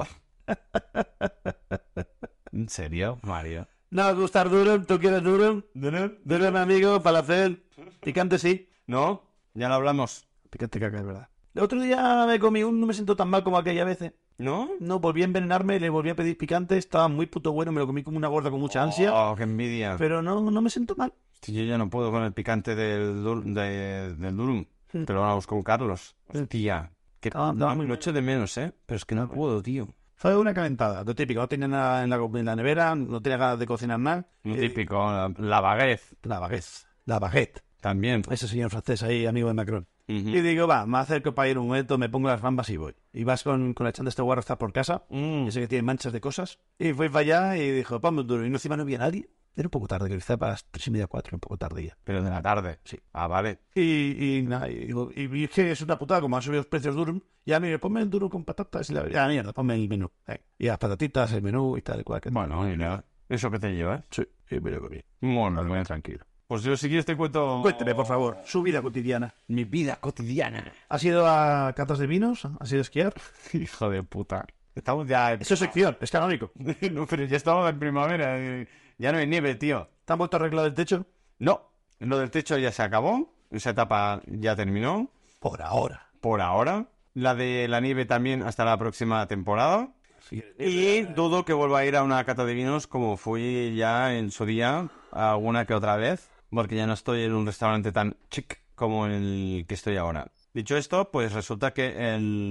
¿En serio, Mario?
No, gustar duro, tú quieres duro. Duro, mi amigo, falafel. Picante, sí.
¿No? Ya lo hablamos.
Picante caca, es verdad. El otro día me comí un, no me siento tan mal como aquella vez. eh.
¿No?
No, volví a envenenarme, le volví a pedir picante, estaba muy puto bueno, me lo comí como una gorda con mucha ansia.
Oh, qué envidia.
Pero no, no me siento mal.
Hostia, Yo ya no puedo con el picante del, dur- de- del durum. Pero vamos con Carlos. Hostia. Que
Ah, no, muy
lo echo de menos, ¿eh? Hmm. Pero es que no puedo, tío.
Fue una calentada, lo típico. No tenía nada en la, en la nevera, no tenía ganas de cocinar nada.
Lo
Eh,
típico, la, la baguette.
La baguette. La baguette.
También.
Ese señor francés ahí, amigo de Macron.
Ujú.
Y digo, va, me acerco para ir un momento, me pongo las bambas y voy. Y vas con, con la chanda este guarro está por casa,
Mm.
yo sé que tiene manchas de cosas. Y fui para allá y dijo, ponme un duro. Y encima no había nadie. Era un poco tarde, quizá para las tres y media, cuatro, un poco tardía.
Pero de la tarde.
Sí.
Ah, vale.
Y, y nada, y, digo, y vi que es una putada, como han subido los precios Durum, ya mire, ponme el Durum con patatas y la ya, mierda, ponme el menú. eh. Y las patatitas, el menú y tal y cual. Que...
Bueno, eh. y nada. ¿Eso que te llevas?
Sí, y me lo comí.
Bueno, voy tranquilo. Pues yo si quieres te cuento...
Cuénteme, por favor, su vida cotidiana.
Mi vida cotidiana.
¿Has ido a catas de vinos? ¿Has ido a esquiar?
Hijo de puta. Estamos ya...
Eso es sección, es canónico.
no, pero ya estamos en primavera. eh, Ya no hay nieve, tío.
¿Te han vuelto a arreglar el techo?
No. Lo del techo ya se acabó. Esa etapa ya terminó.
Por ahora.
Por ahora. La de la nieve también hasta la próxima temporada.
Sí.
Y dudo que vuelva a ir a una cata de vinos como fui ya en su día, alguna que otra vez, porque ya no estoy en un restaurante tan chic como el que estoy ahora. Dicho esto, pues resulta que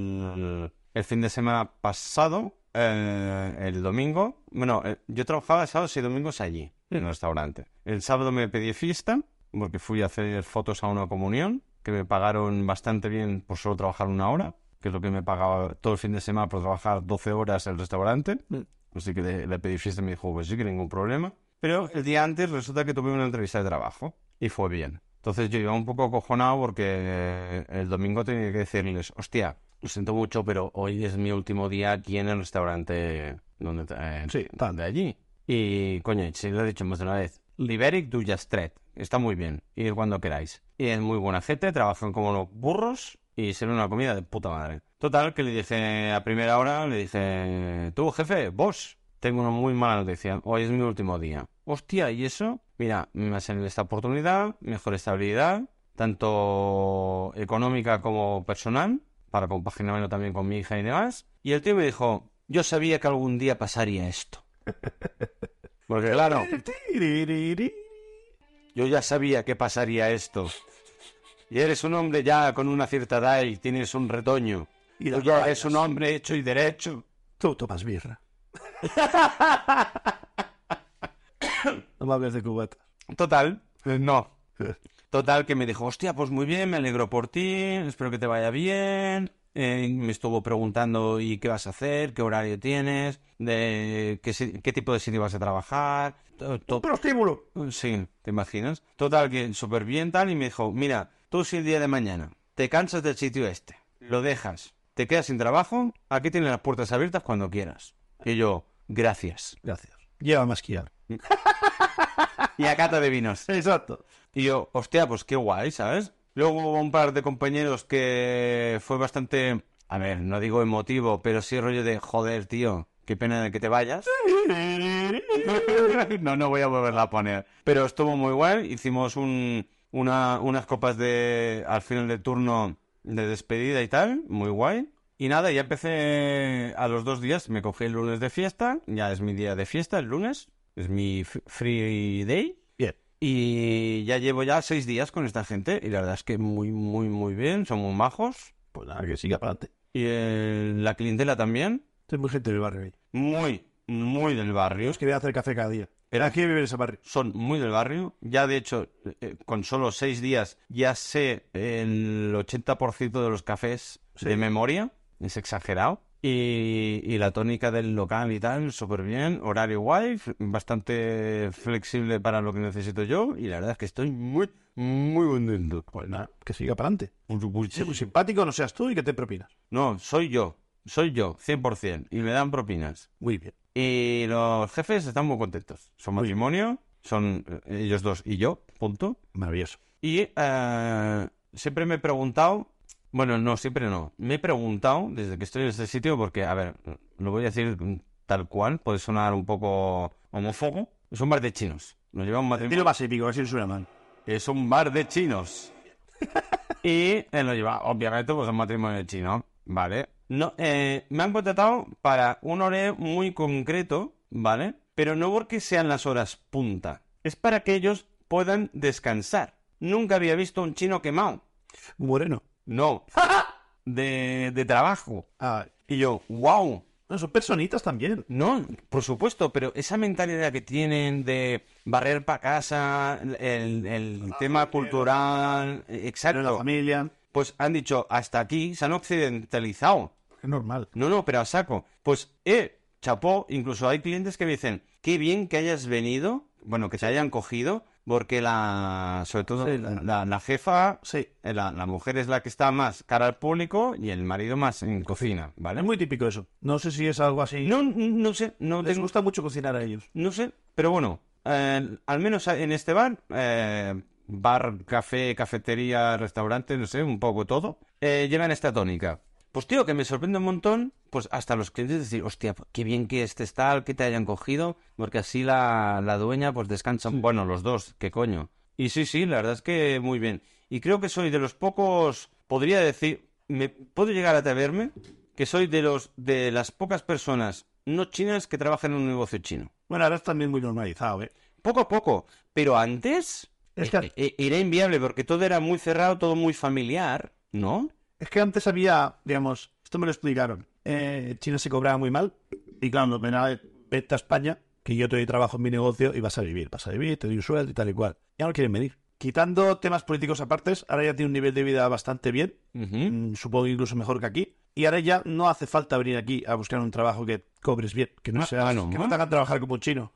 el, el fin de semana pasado, eh, el domingo, bueno, eh, yo trabajaba sábados y domingos allí, en el restaurante. El sábado me pedí fiesta, porque fui a hacer fotos a una comunión, que me pagaron bastante bien por solo trabajar una hora, que es lo que me pagaba todo el fin de semana por trabajar 12 horas en el restaurante. Así que le, le pedí fiesta y me dijo, pues sí, que ningún problema. Pero el día antes resulta que tuve una entrevista de trabajo y fue bien. Entonces yo iba un poco acojonado porque eh, el domingo tenía que decirles, hostia, lo siento mucho, pero hoy es mi último día aquí en el restaurante donde, eh,
Sí, tal.
de allí. Y, coño, y si lo he dicho más de una vez, Liberic du Jastret. Está muy bien, ir cuando queráis. Y es muy buena gente, trabajan como los burros y sirven una comida de puta madre. Total, que le dije a primera hora, le dije, tú, jefe, vos, tengo una muy mala noticia. Hoy es mi último día. Hostia, ¿y eso? Mira, me ha salido esta oportunidad, mejor estabilidad, tanto económica como personal, para compaginarlo también con mi hija y demás. Y el tío me dijo, yo sabía que algún día pasaría esto. Porque claro, yo ya sabía que pasaría esto. Y eres un hombre ya con una cierta edad y tienes un retoño.
Y
Y
las
ya
rayas.
eres un hombre hecho y derecho.
Tú tomas birra. no me hables de cubata.
Total, eh, no. Total, que me dijo, hostia, pues muy bien, me alegro por ti, espero que te vaya bien. Eh, me estuvo preguntando, ¿y qué vas a hacer? ¿Qué horario tienes? ¿De qué, si- qué tipo de sitio vas a trabajar? To- to-
Prostíbulo.
Sí, ¿te imaginas? Total, que súper bien tal, y me dijo, mira, tú si el día de mañana te cansas del sitio este, lo dejas, te quedas sin trabajo, aquí tienes las puertas abiertas cuando quieras. Y yo, gracias.
Gracias. Llévame a esquiar.
Y a cata de vinos.
Exacto.
Y yo, hostia, pues qué guay, ¿sabes? Luego hubo un par de compañeros que fue bastante, a ver, no digo emotivo, pero sí rollo de, joder, tío, qué pena de que te vayas. No, no voy a volverla a poner. Pero estuvo muy guay, hicimos un, una- unas copas de, al final del turno de despedida y tal, muy guay. Y nada, ya empecé a los dos días, me cogí el lunes de fiesta, ya es mi día de fiesta, el lunes, es mi f- free day.
Bien.
Y ya llevo ya seis días con esta gente y la verdad es que muy, muy, muy bien, son muy majos.
Pues nada, que siga para adelante.
¿Y eh, la clientela también?
Esto es muy gente del barrio ahí.
Muy, muy del barrio.
Os quería hacer café cada día. Pero aquí vive ese barrio.
Son muy del barrio. Ya, de hecho, eh, con solo seis días ya sé el 80% de los cafés de memoria. Es exagerado. Y, y la tónica del local y tal, súper bien. Horario guay, f- bastante flexible para lo que necesito yo. Y la verdad es que estoy muy, muy contento.
Pues nada, que siga para adelante.
Por
Sé
supuesto.
muy simpático, no seas tú y que te propinas.
No, soy yo. Soy yo, 100%. Y me dan propinas.
Muy bien.
Y los jefes están muy contentos. Son
Muy bien.
matrimonio, son eh, ellos dos y yo, punto.
Maravilloso.
Y eh, siempre me he preguntado, bueno, no, siempre no, me he preguntado desde que estoy en este sitio, porque, a ver, lo voy a decir tal cual, puede sonar un poco homófobo, es un bar de chinos. Nos lleva un
Dilo
matrimonio.
más épico, así suena mal.
Es un bar de chinos. y eh, lo lleva, obviamente, pues un matrimonio chino, ¿vale? No, eh, me han contratado para un horario muy concreto, ¿vale? Pero no porque sean las horas punta. Es para que ellos puedan descansar. Nunca había visto un chino quemado.
Moreno.
No. De, de trabajo.
Ah,
Y yo, wow.
no, son personitas también.
No, por supuesto, pero esa mentalidad que tienen de barrer para casa, el, el tema cultural, eh,
Pero la
exacto,
familia.
pues han dicho hasta aquí, se han occidentalizado.
Es normal.
No, no, pero a saco. Pues, eh, chapó, incluso hay clientes que me dicen, qué bien que hayas venido, bueno, que te hayan cogido, porque la, sobre todo
Sí, la-
la, la jefa,
Sí.
eh, la, la mujer es la que está más cara al público y el marido más en cocina,
Es
¿vale?
muy típico eso. No sé si es algo así.
No, no sé, no
Les
tengo...
gusta mucho cocinar a ellos.
No sé, pero bueno, eh, al menos en este bar, eh, bar, café, cafetería, restaurante, no sé, un poco todo, eh, llevan esta tónica. Pues tío, que me sorprende un montón, pues hasta los clientes decir, hostia, qué bien que este tal, que te hayan cogido, porque así la, la dueña pues descansa, bueno, los dos, qué coño. Y sí, sí, la verdad es que muy bien. Y creo que soy de los pocos, podría decir, me puedo llegar a atreverme que soy de los de las pocas personas no chinas que trabajan en un negocio chino.
Bueno, ahora es también muy normalizado, ¿eh?
Poco a poco. Pero antes
Es que-
eh, eh, era inviable porque todo era muy cerrado, todo muy familiar, ¿no?
Es que antes había, digamos, esto me lo explicaron. Eh, China se cobraba muy mal. Y claro, ven a, vete a España, que yo te doy trabajo en mi negocio y vas a vivir. Vas a vivir, te doy un sueldo y tal y cual. Ya no quieren venir. Quitando temas políticos apartes, ahora ya tiene un nivel de vida bastante bien.
Ujú.
mm, Supongo que incluso mejor que aquí. Y ahora ya no hace falta venir aquí a buscar un trabajo que cobres bien. Que no
Ah,
seas,
ah, no,
que
¿no?
no te hagan trabajar como un chino.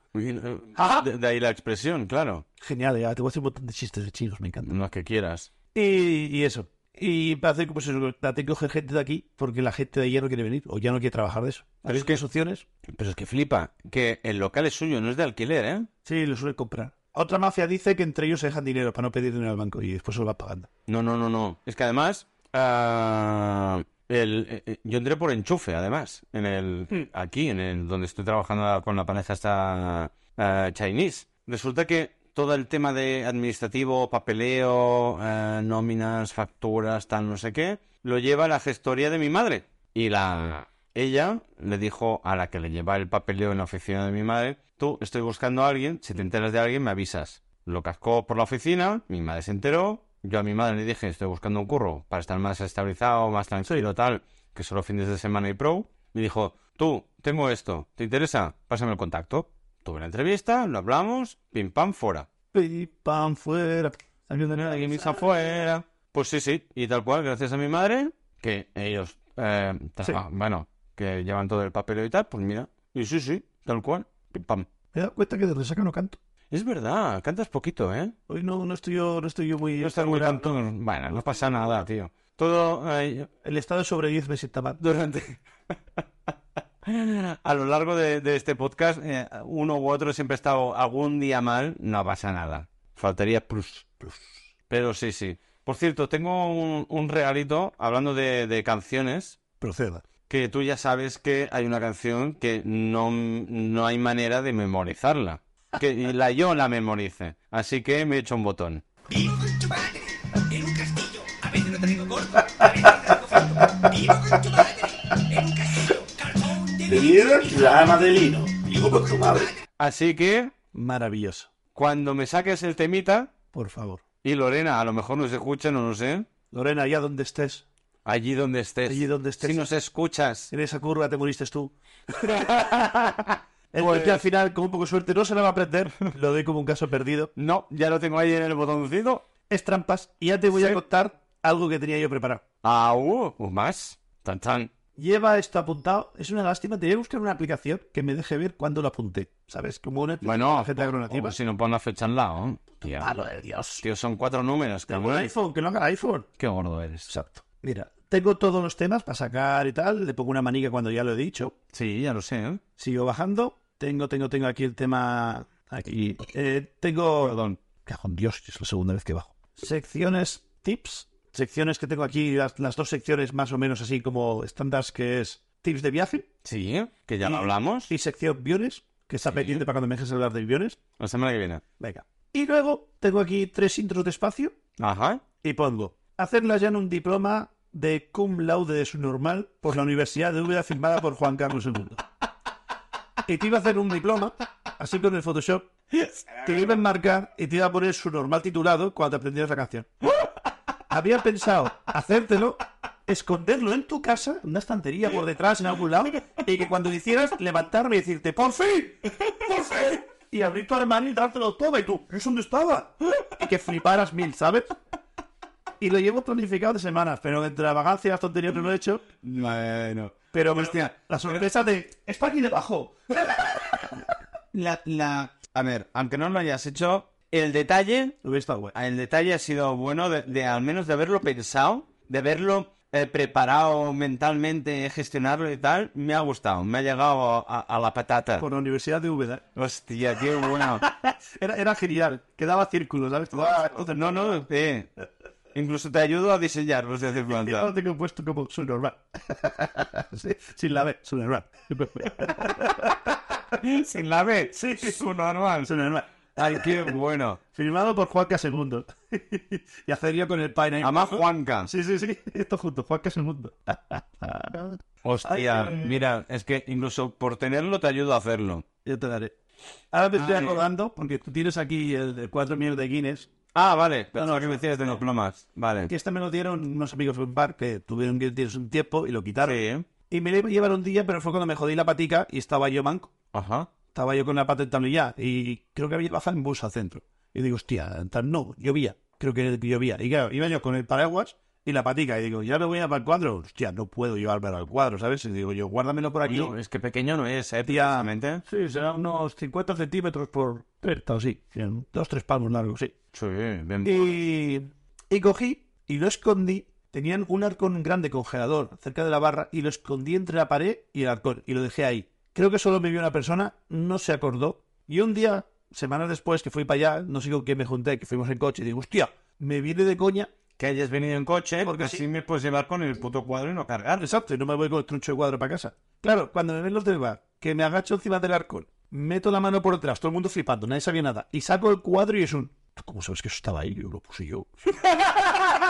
Ah, De, de ahí la expresión, claro.
Genial, ya te voy a hacer un montón de chistes de chinos, me encanta.
No es que quieras.
Y, y eso. Y parece que pues eso, la tengo que coger gente de aquí porque la gente de allá no quiere venir o ya no quiere trabajar de eso.
Pero es
Las opciones?
Pero es que flipa, que el local es suyo, no es de alquiler, ¿eh?
Sí, lo suele comprar. Otra mafia dice que entre ellos se dejan dinero para no pedir dinero al banco y después se lo vas pagando.
No, no, no, no. Es que además, ah, el, eh, eh, yo entré por enchufe, además, en el, aquí, en el, donde estoy trabajando con la pareja esta ah, Chinese. Resulta que todo el tema de administrativo, papeleo, eh, nóminas, facturas, tal, no sé qué, lo lleva la gestoría de mi madre. Y la, ella le dijo a la que le lleva el papeleo en la oficina de mi madre, tú estoy buscando a alguien, si te enteras de alguien me avisas. Lo cascó por la oficina, mi madre se enteró, yo a mi madre le dije, estoy buscando un curro para estar más estabilizado, más tranquilo, tal, que solo fines de semana y pro. Me dijo, tú, tengo esto, ¿te interesa? Pásame el contacto. Tuve la entrevista, lo hablamos, pim pam, fuera.
Pim, pam, fuera. Cambio de
Nada, que misa fuera. Pues sí, sí, y tal cual, gracias a mi madre, que ellos, eh, tra-
Sí.
ah, bueno, que llevan todo el papel y tal, pues mira, y sí, sí, tal cual, pim pam.
Me he dado cuenta que de resaca no canto.
Es verdad, cantas poquito, ¿eh?
Hoy no, no, estoy, yo, no estoy yo muy...
No estás muy cantón. Bueno, no pasa nada, tío. Todo eh,
El estado de sobre 10 me sienta mal.
durante... A lo largo de, de este podcast, eh, uno u otro siempre ha estado algún día mal, no pasa nada. Faltaría plus, plus. Pero sí, sí. Por cierto, tengo un, un regalito hablando de, de canciones,
Proceda.
que tú ya sabes que hay una canción que no, no hay manera de memorizarla. Que la yo la memorice. Así que me he hecho un botón.
Vivo con tu madre en un castillo. A veces lo traigo corto, a veces lo traigo falto. Vivo con tu madre en un castillo. Calzón de vidrio.
la ama de lino. Vivo con tu madre.
Así que
Maravilloso.
cuando me saques el temita,
Por favor.
y Lorena, a lo mejor nos escucha, no lo sé,
Lorena, allá donde estés,
Allí donde estés.
Allí donde estés.
Si nos escuchas.
En esa curva te moriste tú. El golpe al final, con un poco de suerte, no se la va a aprender. Lo doy como un caso perdido.
No, ya lo tengo ahí en el botoncito.
Es trampas. Y ya te voy a contar algo que tenía yo preparado.
Ah, uh, más. Tan tan.
Lleva esto apuntado. Es una lástima. Te voy a buscar una aplicación que me deje ver cuándo lo apunté. ¿Sabes? Como una
Bueno,
tarjeta
o
agronativa.
si no pon la fecha al lado. ¿eh? Tío,
Malo de Dios.
tío, son cuatro números.
Tengo el
cabrón.
iPhone, que lo haga el iPhone.
Qué gordo eres.
Exacto. Mira, tengo todos los temas para sacar y tal. Le pongo una manica cuando ya lo he dicho.
Sí, ya lo sé. ¿eh?
Sigo bajando. Tengo, tengo, tengo aquí el tema. Aquí. Eh, tengo.
Perdón.
Cajón Dios, es la segunda vez que bajo. Secciones tips. Secciones que tengo aquí, las, las dos secciones más o menos así como estándares, que es tips de viaje
Sí, que ya lo hablamos.
y sección aviones, que está pendiente para cuando me dejes hablar de aviones.
La semana que viene.
Venga. Y luego tengo aquí tres intros de espacio
Ajá.
y pongo hacerla ya en un diploma de cum laude de su normal por la Universidad de Úbeda firmada por Juan Carlos II. Y te iba a hacer un diploma, así con el Photoshop, te lo iba a enmarcar y te iba a poner su normal titulado cuando aprendieras la canción. Había pensado hacértelo, esconderlo en tu casa, en una estantería por detrás, en algún lado, y que cuando lo hicieras, levantarme y decirte, ¡por fin! ¡por fin! Y abrir tu armario y dártelo todo, y tú, ¿es donde estaba? Y que fliparas mil, ¿sabes? Y lo llevo planificado de semanas, pero entre la vagancia y las tonterías no lo he hecho.
Bueno.
Pero, hostia, la sorpresa de. ¡Está aquí debajo!
La, la... A ver, aunque no lo hayas hecho, el detalle,
Lo hubiera estado guay.
el detalle ha sido bueno de, de al menos de haberlo pensado, de haberlo eh, preparado mentalmente, gestionarlo y tal, me ha gustado, me ha llegado a, a la patata.
Por la Universidad de Úbeda.
Hostia, qué bueno.
Era, era genial, quedaba círculos, ¿sabes? Entonces,
No, no, eh. Incluso te ayudo a diseñarlos de hace
Yo
falta.
lo tengo puesto como subnormal. Sí, sin la B, subnormal.
Sin la B.
Sí,
normal.
subnormal.
Ay, qué bueno.
Firmado por Juanca Segundo. y hacería con el Pine.
Además, Juanca.
Sí, sí, sí. Esto junto, Juanca Segundo.
Hostia, mira, es que incluso por tenerlo te ayudo a hacerlo.
Yo te daré. Ah, eh. Ahora me estoy acordando, porque tú tienes aquí el de 4 millones de Guinness.
Ah, vale. No, no, que me decías de los plomas. Vale.
Que este me lo dieron unos amigos de un bar que tuvieron que irse un tiempo y lo quitaron.
Sí, ¿eh?
Y me lo iba a llevar un día, pero fue cuando me jodí la patica y estaba yo manco.
Ajá.
Estaba yo con la pata entablillada y creo que había bajado en bus al centro. Y digo, hostia, tal- no, llovía. Creo que llovía. Y claro, iba yo con el paraguas y la patica. Y digo, ya me voy a para el cuadro. Hostia, no puedo llevármelo al cuadro, ¿sabes? Y digo yo, guárdamelo por aquí.
Oye, es que pequeño no es, eh, precisamente.
Sí, será unos 50 centímetros por 30 o sí. Serán Dos, tres palmos largos, sí.
Sí, bien.
Y, y cogí y lo escondí. Tenían un arcón grande congelador cerca de la barra y lo escondí entre la pared y el arcón y lo dejé ahí. Creo que solo me vio una persona, no se acordó. Y un día, semanas después que fui para allá, no sé con quién me junté, que fuimos en coche, y digo, hostia, me viene de coña.
Que hayas venido en coche, porque
sí.
así me puedes llevar con el puto cuadro y no cargar.
Exacto, y no me voy con el troncho de cuadro para casa. Claro, cuando me ven los del bar, que me agacho encima del arcón, meto la mano por detrás, todo el mundo flipando, nadie sabía nada, y saco el cuadro y es un... "¿Tú ¿Cómo sabes que eso estaba ahí? Yo lo puse yo.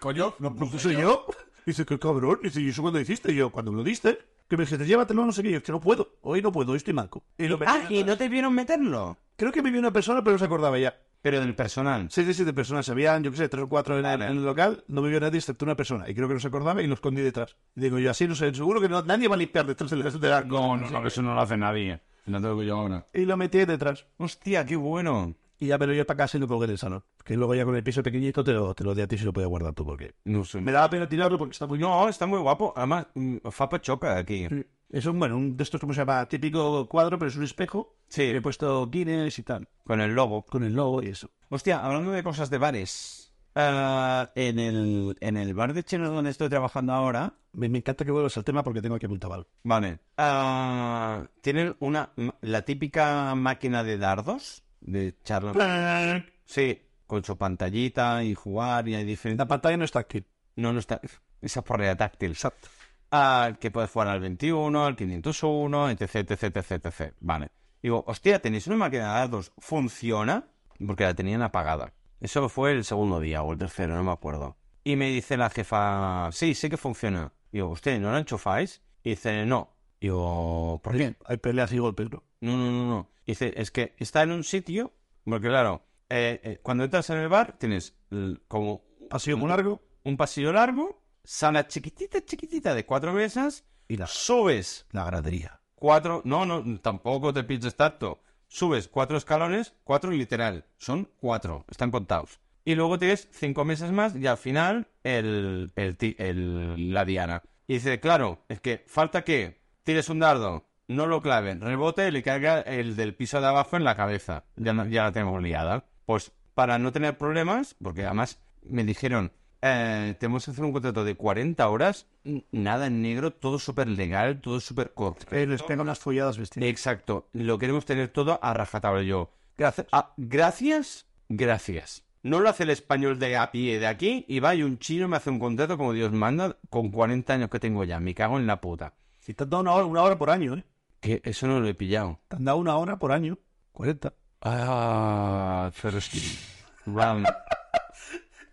Coño, no
¿No soy yo? Dice, qué cabrón. Dice, ¿y eso cuando hiciste? Y yo, cuando me lo diste. Que me dijiste, llévatelo, no sé qué. Yo, es que no puedo. Hoy no puedo, hoy estoy manco. Y lo metí.
Ah, y no te vieron meterlo.
Creo que me vio una persona, pero no se acordaba ya.
Pero del personal.
Seis de siete personas habían, yo qué sé, tres o cuatro en, en el local. No me vio nadie excepto una persona. Y creo que no se acordaba y lo escondí detrás. Y digo, yo así no sé, seguro que no- nadie va a limpiar detrás del del arco.
eso no lo hace nadie. No tengo yo ahora.
Y lo metí detrás.
Hostia, qué bueno.
Y ya me lo llevé para casa y lo colgué en el salón. Que luego ya con el piso pequeñito te lo, te lo di a ti si lo puedes guardar tú, porque
No sé.
me daba pena tirarlo porque está muy
No, está muy guapo. Además, mm, Fapa choca aquí.
Es un, bueno, un de estos, ¿cómo se llama? Típico cuadro, pero es un espejo.
Sí.
Le he puesto Guinness y tal,
Con el lobo.
con el logo y eso.
Hostia, hablando de cosas de bares. ah, en, el, en el bar de chinos donde estoy trabajando ahora,
Me, me encanta que vuelvas al tema porque tengo aquí apuntado algo.
Vale. Ah, tienen una la típica máquina de dardos de charla. Sí, con su pantallita y jugar y hay
La
diferentes.
pantalla no es táctil.
No, no está. Esa porrea táctil.
Exacto.
Ah, que puedes jugar al 21, al 501, etc, etc, etc, etc. Vale. Digo, hostia, tenéis una máquina de dardos. ¿Funciona? Porque la tenían apagada. Eso fue el segundo día o el tercero, no me acuerdo. Y me dice la jefa, sí, sí que funciona. Digo, ¿ustedes no la enchufáis? Y dice, no. Digo, ¿por qué?
Pues Hay peleas y golpes, ¿no?
No, no, no, no. Dice, es que está en un sitio, porque claro, eh, eh, cuando entras en el bar tienes l- como
Pasillo muy largo.
un pasillo largo sala chiquitita, chiquitita de cuatro mesas,
Y la,
subes
la gradería.
cuatro, no, no, tampoco te pinches tanto. Subes cuatro escalones, cuatro literal, son cuatro, están contados. Y luego tienes cinco meses más y al final el, el, ti- el- la diana. Y dice, claro, es que falta que tires un dardo, no lo claven, rebote y le caiga el del piso de abajo en la cabeza. Ya, no- ya la tenemos liada. Pues para no tener problemas, porque además me dijeron, eh, tenemos que hacer un contrato de 40 horas, n- nada en negro, todo súper legal, todo súper corto.
Eh, les pega unas folladas bestias.
Exacto, lo queremos tener todo a rajatabla yo.
Gracias.
Ah, gracias, gracias. No lo hace el español de a pie de aquí y va y un chino me hace un contrato como Dios manda con 40 años que tengo ya. Me cago en la puta.
Si te han dado una hora, una hora por año, ¿eh?
Que eso no lo he pillado.
Te han dado una hora por año. 40.
Ah, pero es que- Ram.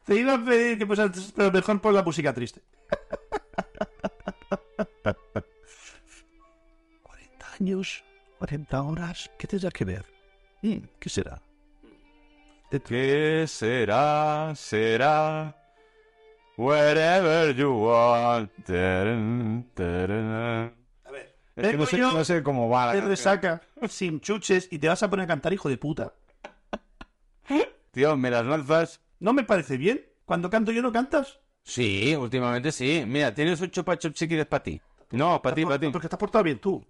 Te iba a pedir que pues antes, pero mejor por la música triste. 40 años, 40 horas, ¿qué tendrá que ver? Mm, ¿Qué será?
¿Qué será? Será. Wherever you want. Tarán, tarán.
A ver,
Es que no sé, no sé cómo va la
te
canción.
resaca sin chuches y te vas a poner a cantar, hijo de puta.
Tío, me las lanzas.
¿No me parece bien? Cuando canto yo no cantas.
Sí, últimamente sí. Mira, tienes un chupa chups chiquis para ti. No, para ti, para ti.
Porque te has portado bien tú.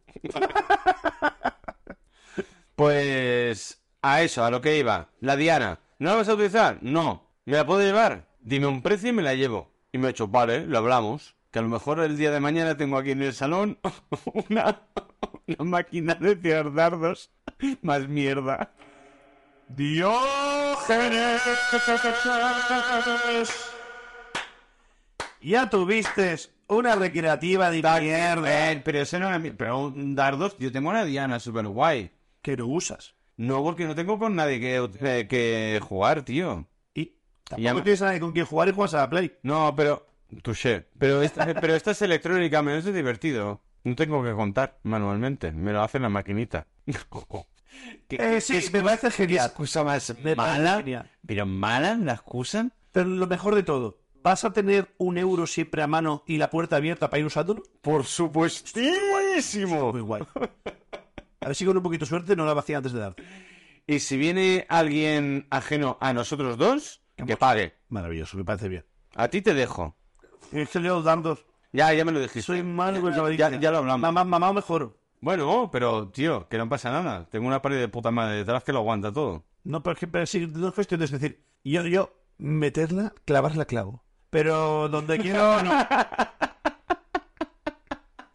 Pues a eso, a lo que iba. La Diana. ¿No la vas a utilizar? No. ¿Me la puedo llevar? Dime un precio y me la llevo. Y me ha dicho, vale, lo hablamos. Que a lo mejor el día de mañana tengo aquí en el salón una, una máquina de tirar dardos. Más mierda. Diógenes.
Ya tuviste una recreativa de mierda
Eh, pero ese no era mi... Pero un dardos, yo tengo una Diana super guay.
que no usas.
No, porque no tengo con nadie que, eh, que jugar, tío.
Y tampoco
Ya me-
tienes a nadie con quien jugar y juegas a la Play.
No, pero. Touché. Pero esta, pero esta es electrónica, menos es divertido. No tengo que contar manualmente. Me lo hace la maquinita. ¿Qué,
Eh, sí, me parece genial.
excusa más
Me parece
mala?
genial.
¿Pero mala la excusa?
Pero lo mejor de todo, ¿vas a tener un euro siempre a mano y la puerta abierta para ir usándolo? Pues
Por supuestísimo.
Muy guay. A ver si con un poquito de suerte no la vacía antes de darte.
Y si viene alguien ajeno a nosotros dos, que pague.
Maravilloso, me parece bien.
A ti te dejo.
Es que leo dardos.
Ya, ya me lo dijiste.
Soy malo con la
ya, ya lo hablamos.
Mamá, mamá o mejor.
Bueno, pero tío, que no pasa nada. Tengo una pared de puta madre detrás que lo aguanta todo.
No, pero es que- pero sí, no es cuestión de es decir, yo, yo, meterla, clavarla, clavo. Pero donde quiero, no.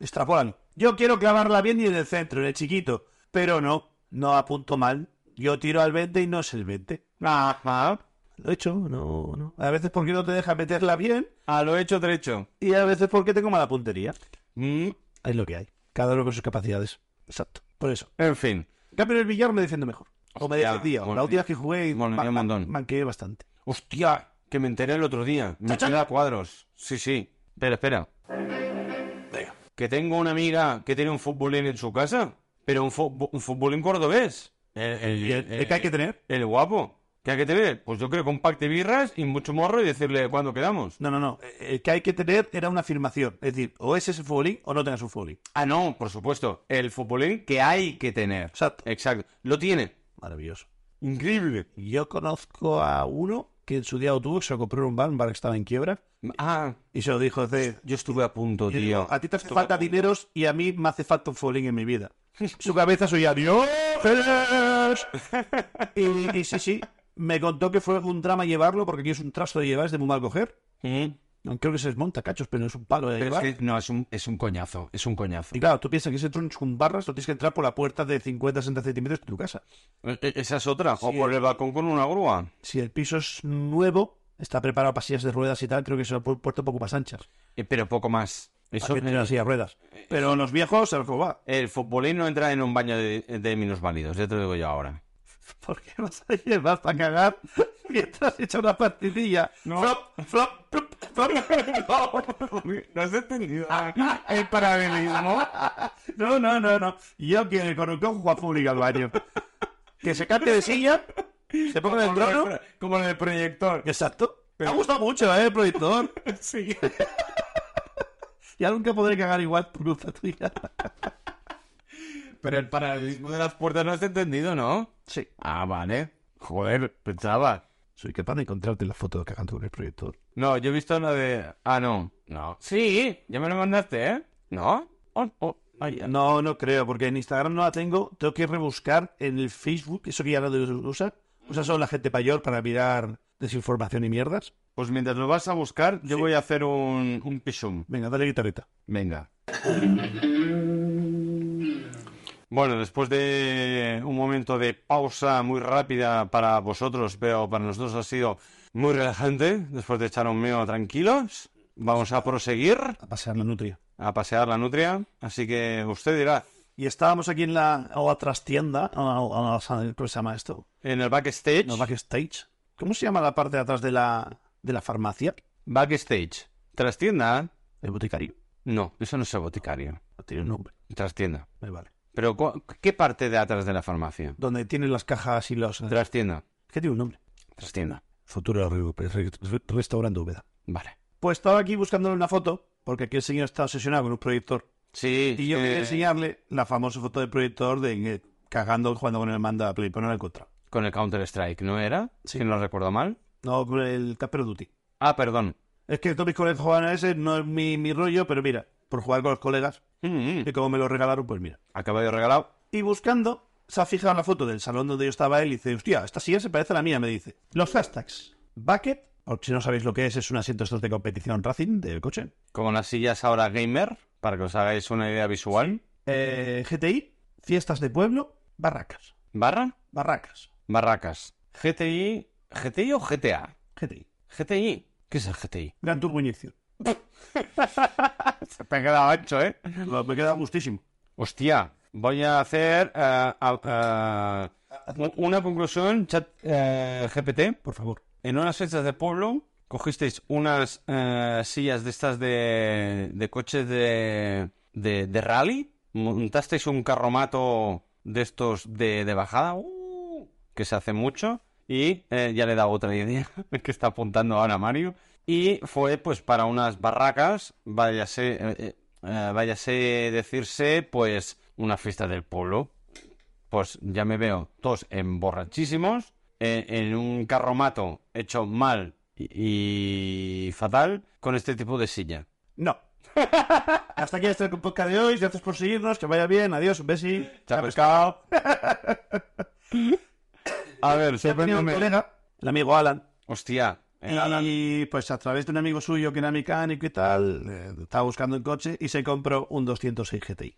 Extrapolan. Yo quiero clavarla bien y en el centro, en el chiquito. Pero no, no apunto mal. Yo tiro al 20 y no es el 20.
Ajá.
Lo he hecho, no, no. A veces porque no te deja meterla bien
A Ah, lo hecho derecho.
y a veces porque tengo mala puntería.
Mm,
Es lo que hay. Cada uno con sus capacidades. Exacto. Por eso.
en fin.
En cambio, en el billar me defiendo mejor. O me
Hostia,
defendía.
mol-
La última vez que jugué,
molaría
ma-
un
ma-
montón.
manqué bastante.
Hostia, que me enteré el otro día. Me queda cuadros. Sí, sí. Espera, espera.
Venga.
Que tengo una amiga que tiene un futbolín en su casa, pero un, fu- un futbolín cordobés. El, el-
¿Y el, el
Eh,
que hay que tener?
el guapo. ¿Qué hay que tener? Pues yo creo que un pack de birras y mucho morro y decirle cuándo quedamos.
No, no, no. El que hay que tener era una afirmación. Es decir, o es ese futbolín o no tengas un futbolín.
Ah, no, por supuesto. El futbolín que hay que tener.
Exacto.
Exacto. Lo tiene.
Maravilloso.
Increíble.
Yo conozco a uno que en su día lo tuvo, que se lo compró en un bar, un bar que estaba en quiebra,
Ah,
y se lo dijo, dice,
yo estuve a punto,
Y digo,
tío.
A ti te hace falta dineros y a mí me hace falta un foling en mi vida. Su cabeza soy Dios. y, y sí, sí, me contó que fue un drama llevarlo porque aquí es un trasto de llevar, es de muy mal coger.
Mm.
No creo que se desmonta, cachos, pero es un palo de
Pero
llevar.
es que no, es un, es un coñazo. Es un coñazo.
Y claro, tú piensas que ese troncho con barras lo tienes que entrar por la puerta de 50-60 centímetros de tu casa.
E- e- Esa es otra, o
Sí,
por
eh.
el balcón con una grúa.
Si el piso es nuevo, está preparado para sillas de ruedas y tal, creo que se lo han pu- puesto un poco más anchas.
Eh, Pero poco más. Eso,
Eso las sillas de ruedas. Pero en los viejos se lo va.
el futbolín no entra en un baño de, de minusválidos, ya te lo digo yo ahora.
¿Por qué vas a llevar a cagar mientras echa una partidilla? Flop, flop, flop, flop.
No has entendido el paralelismo.
No, no, no, no. Yo que conozco un jugador público al baño. Que se cante de silla, se ponga en el trono.
Como en el proyector.
Exacto. Me ha gustado mucho, ¿eh, proyector?
Sí.
Ya nunca podré cagar igual por culpa tuya.
Pero el paralelismo de las puertas no has entendido, ¿no?
Sí.
Ah, vale. Joder, pensaba.
Soy capaz de encontrarte la foto cagando con el proyector.
No, yo he visto una de. Ah, no. No. Sí, ya me lo mandaste, ¿eh? ¿No? Oh, oh, ay, ah.
No, no creo, porque en Instagram no la tengo. Tengo que rebuscar en el Facebook, eso que ya no usa. Usa solo la gente mayor para mirar desinformación y mierdas.
Pues mientras lo vas a buscar, yo voy a hacer un, un pisum.
Venga, dale guitarrita.
Venga. Bueno, después de un momento de pausa muy rápida para vosotros, pero para nosotros ha sido muy relajante, después de echar un meo tranquilos, vamos a proseguir
A pasar la nutria.
a pasear la nutria. Así que usted dirá,
Y estábamos aquí en la, o atrás tienda, o, ¿cómo se llama esto?
en el backstage...
En el backstage. ¿Cómo se llama la parte de atrás de la, de la farmacia?
Backstage. Trastienda.
El boticario.
No, eso no es el boticario.
No tiene un nombre.
Trastienda.
Me vale.
Pero, cu- ¿qué parte de atrás de la farmacia?
Donde tienen las cajas y los... Es
Trastienda.
que tiene un nombre.
Trastienda.
Futuro restaurante Úbeda.
Vale.
Pues estaba aquí buscándole una foto, porque aquí el señor está obsesionado con un proyector.
Sí.
Y yo
eh,
quería enseñarle la famosa foto del proyector de eh, cagando jugando con el mando a Play, pero no la he encontrado.
Con el Counter-Strike, ¿no era?
Sí.
Si no recuerdo mal.
No, con el Tapper Duty.
Ah, perdón.
Es que Tommy Colet jugar a ese no es mi, mi rollo, pero mira, por jugar con los colegas,
Mm, mm.
y como me lo regalaron, pues mira.
Acaba de regalado.
Y buscando, se ha fijado en la foto del salón donde yo estaba él y dice, hostia, esta silla se parece a la mía, me dice. Los hashtags. Bucket, o si no sabéis lo que es, es un asiento estos de competición Racing, del coche.
Con las sillas ahora gamer, para que os hagáis una idea visual.
Eh, GTI, fiestas de pueblo, barracas.
Barra,
Barracas.
barracas. GTI, GTI o GTA?
GTI.
GTI. ¿Qué es el GTI?
Gran turbo inyección.
Se me ha quedado ancho, ¿eh?
Lo- Me queda gustísimo.
Hostia, voy a hacer eh, a- a- u- una conclusión, chat eh, GPT.
Por favor.
En unas fechas de pueblo cogisteis unas eh, sillas de estas de, de coches de, de, de rally, montasteis un carromato de estos de, de bajada, ¡uh! que se hace mucho, y eh, ya le he dado otra idea que está apuntando ahora Mario, y fue pues para unas barracas, váyase, eh, eh, eh, váyase decirse pues una fiesta del pueblo pues ya me veo todos emborrachísimos, eh, en un carromato hecho mal y, y fatal con este tipo de silla.
No. Hasta aquí este podcast de hoy. Gracias por seguirnos. Que vaya bien. Adiós. Un besi.
Chao, pescado. A ver,
Tenía un
sorpréndeme.
colega, el amigo Alan.
Hostia. eh,
Y pues a través de un amigo suyo que era mecánico y tal, eh, estaba buscando el coche y se compró un 206 GTI.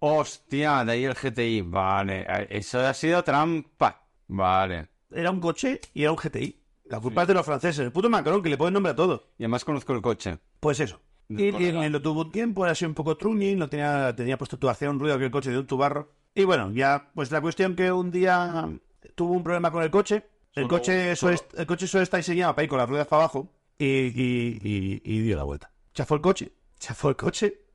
Hostia, de ahí el GTI. Vale, eh, eso ha sido trampa. Vale.
Era un coche y era un GTI. La culpa es de los franceses. El puto Macron que le pone nombre a todo.
Y además conozco el coche.
Pues eso. Y eh, lo tuvo un tiempo, era así un poco truñi, no tenía, tenía puesto tu hacía un ruido que el coche de un tubarro. Y bueno, ya, pues la cuestión que un día tuvo un problema con el coche. El coche solo, es- el coche solo está diseñado para ir con las ruedas para abajo. Y, y- y- y dio la vuelta. Chafó el coche. Chafó el coche.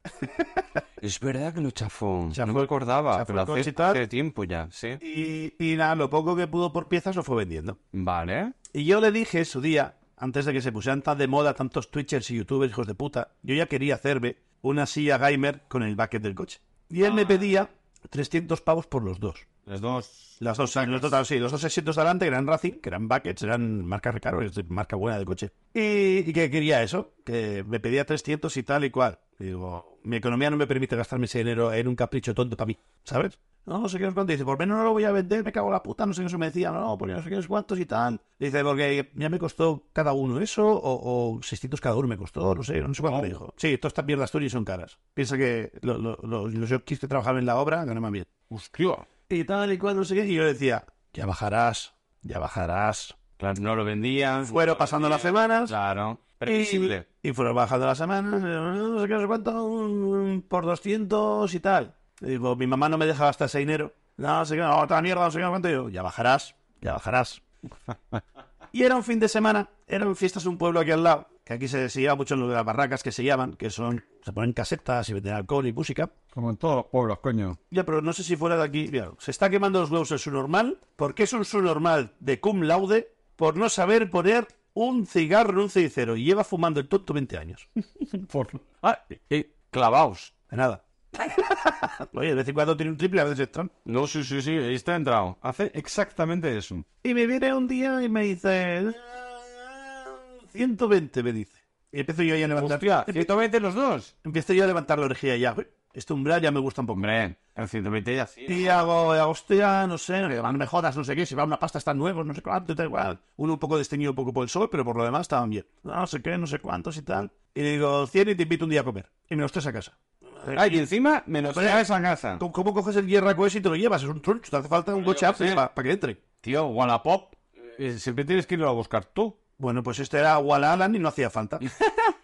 Es verdad que lo chafó.
Chafó-
no me acordaba,
chafó
pero
el coche
hace,
y tal.
hace tiempo ya, sí.
Y, y nada, lo poco que pudo por piezas lo fue vendiendo.
Vale.
Y yo le dije en su día, antes de que se pusieran tan de moda tantos Twitchers y YouTubers, hijos de puta, yo ya quería hacerme una silla gamer con el bucket del coche. Y él me pedía 300 pavos por los dos.
Los dos.
Las dos, los dos, sí, los dos asientos de adelante que eran Racing, que eran Buckets, eran marca Recaro, es de- marca buena del coche. Y, y que quería eso, que me pedía 300 y tal y cual. Y digo, mi economía no me permite gastarme ese dinero en un capricho tonto para mí, ¿sabes? No, no sé qué nos cuánto. Dice, por menos no lo voy a vender, me cago en la puta, no sé qué eso me decía, no, no, porque no sé qué es cuántos y tal. Dice, porque ya me costó cada uno eso, o, o 600 cada uno me costó, no sé, no sé cuánto me dijo. Sí, todas estas mierdas tuyas son caras. Piensa que lo- lo- lo- los jockeys que trabajaban en la obra ganaban bien
Hostia.
y tal y cual, no sé qué. Y yo decía, ya bajarás, ya bajarás.
Claro, no lo vendían.
Fueron pasando las semanas.
Claro. Previsible.
Y, y fueron bajando las semanas, eh, no sé qué, no sé cuánto, un- un por 200 y tal. Y digo, mi mamá no me deja gastar ese dinero. No, no sé qué, no, otra mierda, no sé qué, no sé cuánto. Y yo, ya bajarás, ya bajarás. y era un fin de semana, eran fiestas de un pueblo aquí al lado, que aquí se, se lleva mucho en lo de las barracas que se llaman, que son, se ponen casetas y venden alcohol y música.
Como en todos los pueblos, coño.
Ya, pero no sé si fuera de aquí. Mira, se está quemando los huevos el subnormal. porque es un subnormal de cum laude por no saber poner un cigarro en un cenicero y lleva fumando el tonto 20 años.
Ah, eh, clavaos.
De nada. Oye, de vez en cuando tiene un triple, a veces es Trump.
No, sí, sí, sí, ahí está entrado. Hace exactamente eso.
Y me viene un día y me dice... 120 me dice. Y empiezo yo ya a levantar...
Hostia,
Empie-
120 los dos.
Empiezo yo a levantar la orejilla ya. Uy, Este umbral ya me gusta un poco.
Hombre, el 120 ya sí.
Y hago, hago, hostia, no sé, no me jodas, no sé qué, si va una pasta están nuevos, no sé cuánto, y tal igual. Uno un poco desteñido un poco por el sol, pero por lo demás estaban bien. No sé qué, no sé cuántos y tal. Y le digo, 100 y te invito un día a comer. Y me los traes a casa.
Ah, y encima me los
Hombre.
traes a casa.
¿Cómo, cómo coges el hierraco ese y te lo llevas? Es un troncho, te hace falta un coche
sé.
para que entre.
Tío, Wallapop, eh, siempre tienes que irlo a buscar tú.
Bueno, pues este era Walalan y no hacía falta.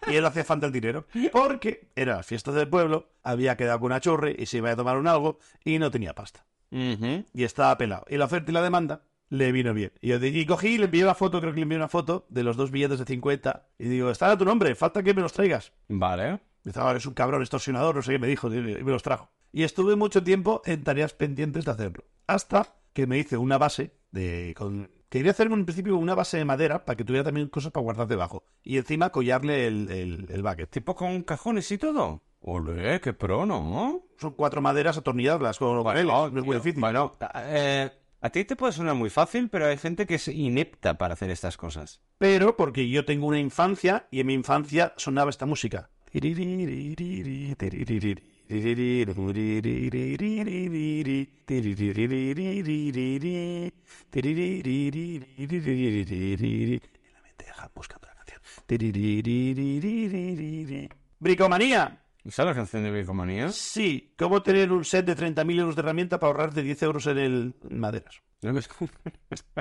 y él hacía falta el dinero. Porque era las fiestas del pueblo, había quedado con una chorre y se iba a tomar un algo y no tenía pasta. y estaba pelado. Y la oferta y la demanda le vino bien. Y yo di- y cogí y le envié una foto, creo que le envié una foto de los dos billetes de 50. Y digo, están a tu nombre, falta que me los traigas.
Vale.
Y estaba, eres un cabrón extorsionador, no sé qué me dijo, y me los trajo. Y estuve mucho tiempo en tareas pendientes de hacerlo. Hasta que me hice una base de... Con... Quería hacerme en principio una base de madera para que tuviera también cosas para guardar debajo. Y encima collarle el, el, el bucket.
Tipo con cajones y todo. Ole, qué pro, ¿no?
Son cuatro maderas atornilladas las con los paneles.
Oh,
no es muy
tío.
difícil.
Bueno, a- eh, a ti te puede sonar muy fácil, pero hay gente que es inepta para hacer estas cosas.
pero porque yo tengo una infancia y en mi infancia sonaba esta música. En la mente de Hub buscando la canción. ¡Bricomanía!
¿Sabes la canción de Bricomanías?
Sí, ¿cómo tener un set de 30.000 euros de herramienta para ahorrarte 10 euros en el en maderas?
Creo que es...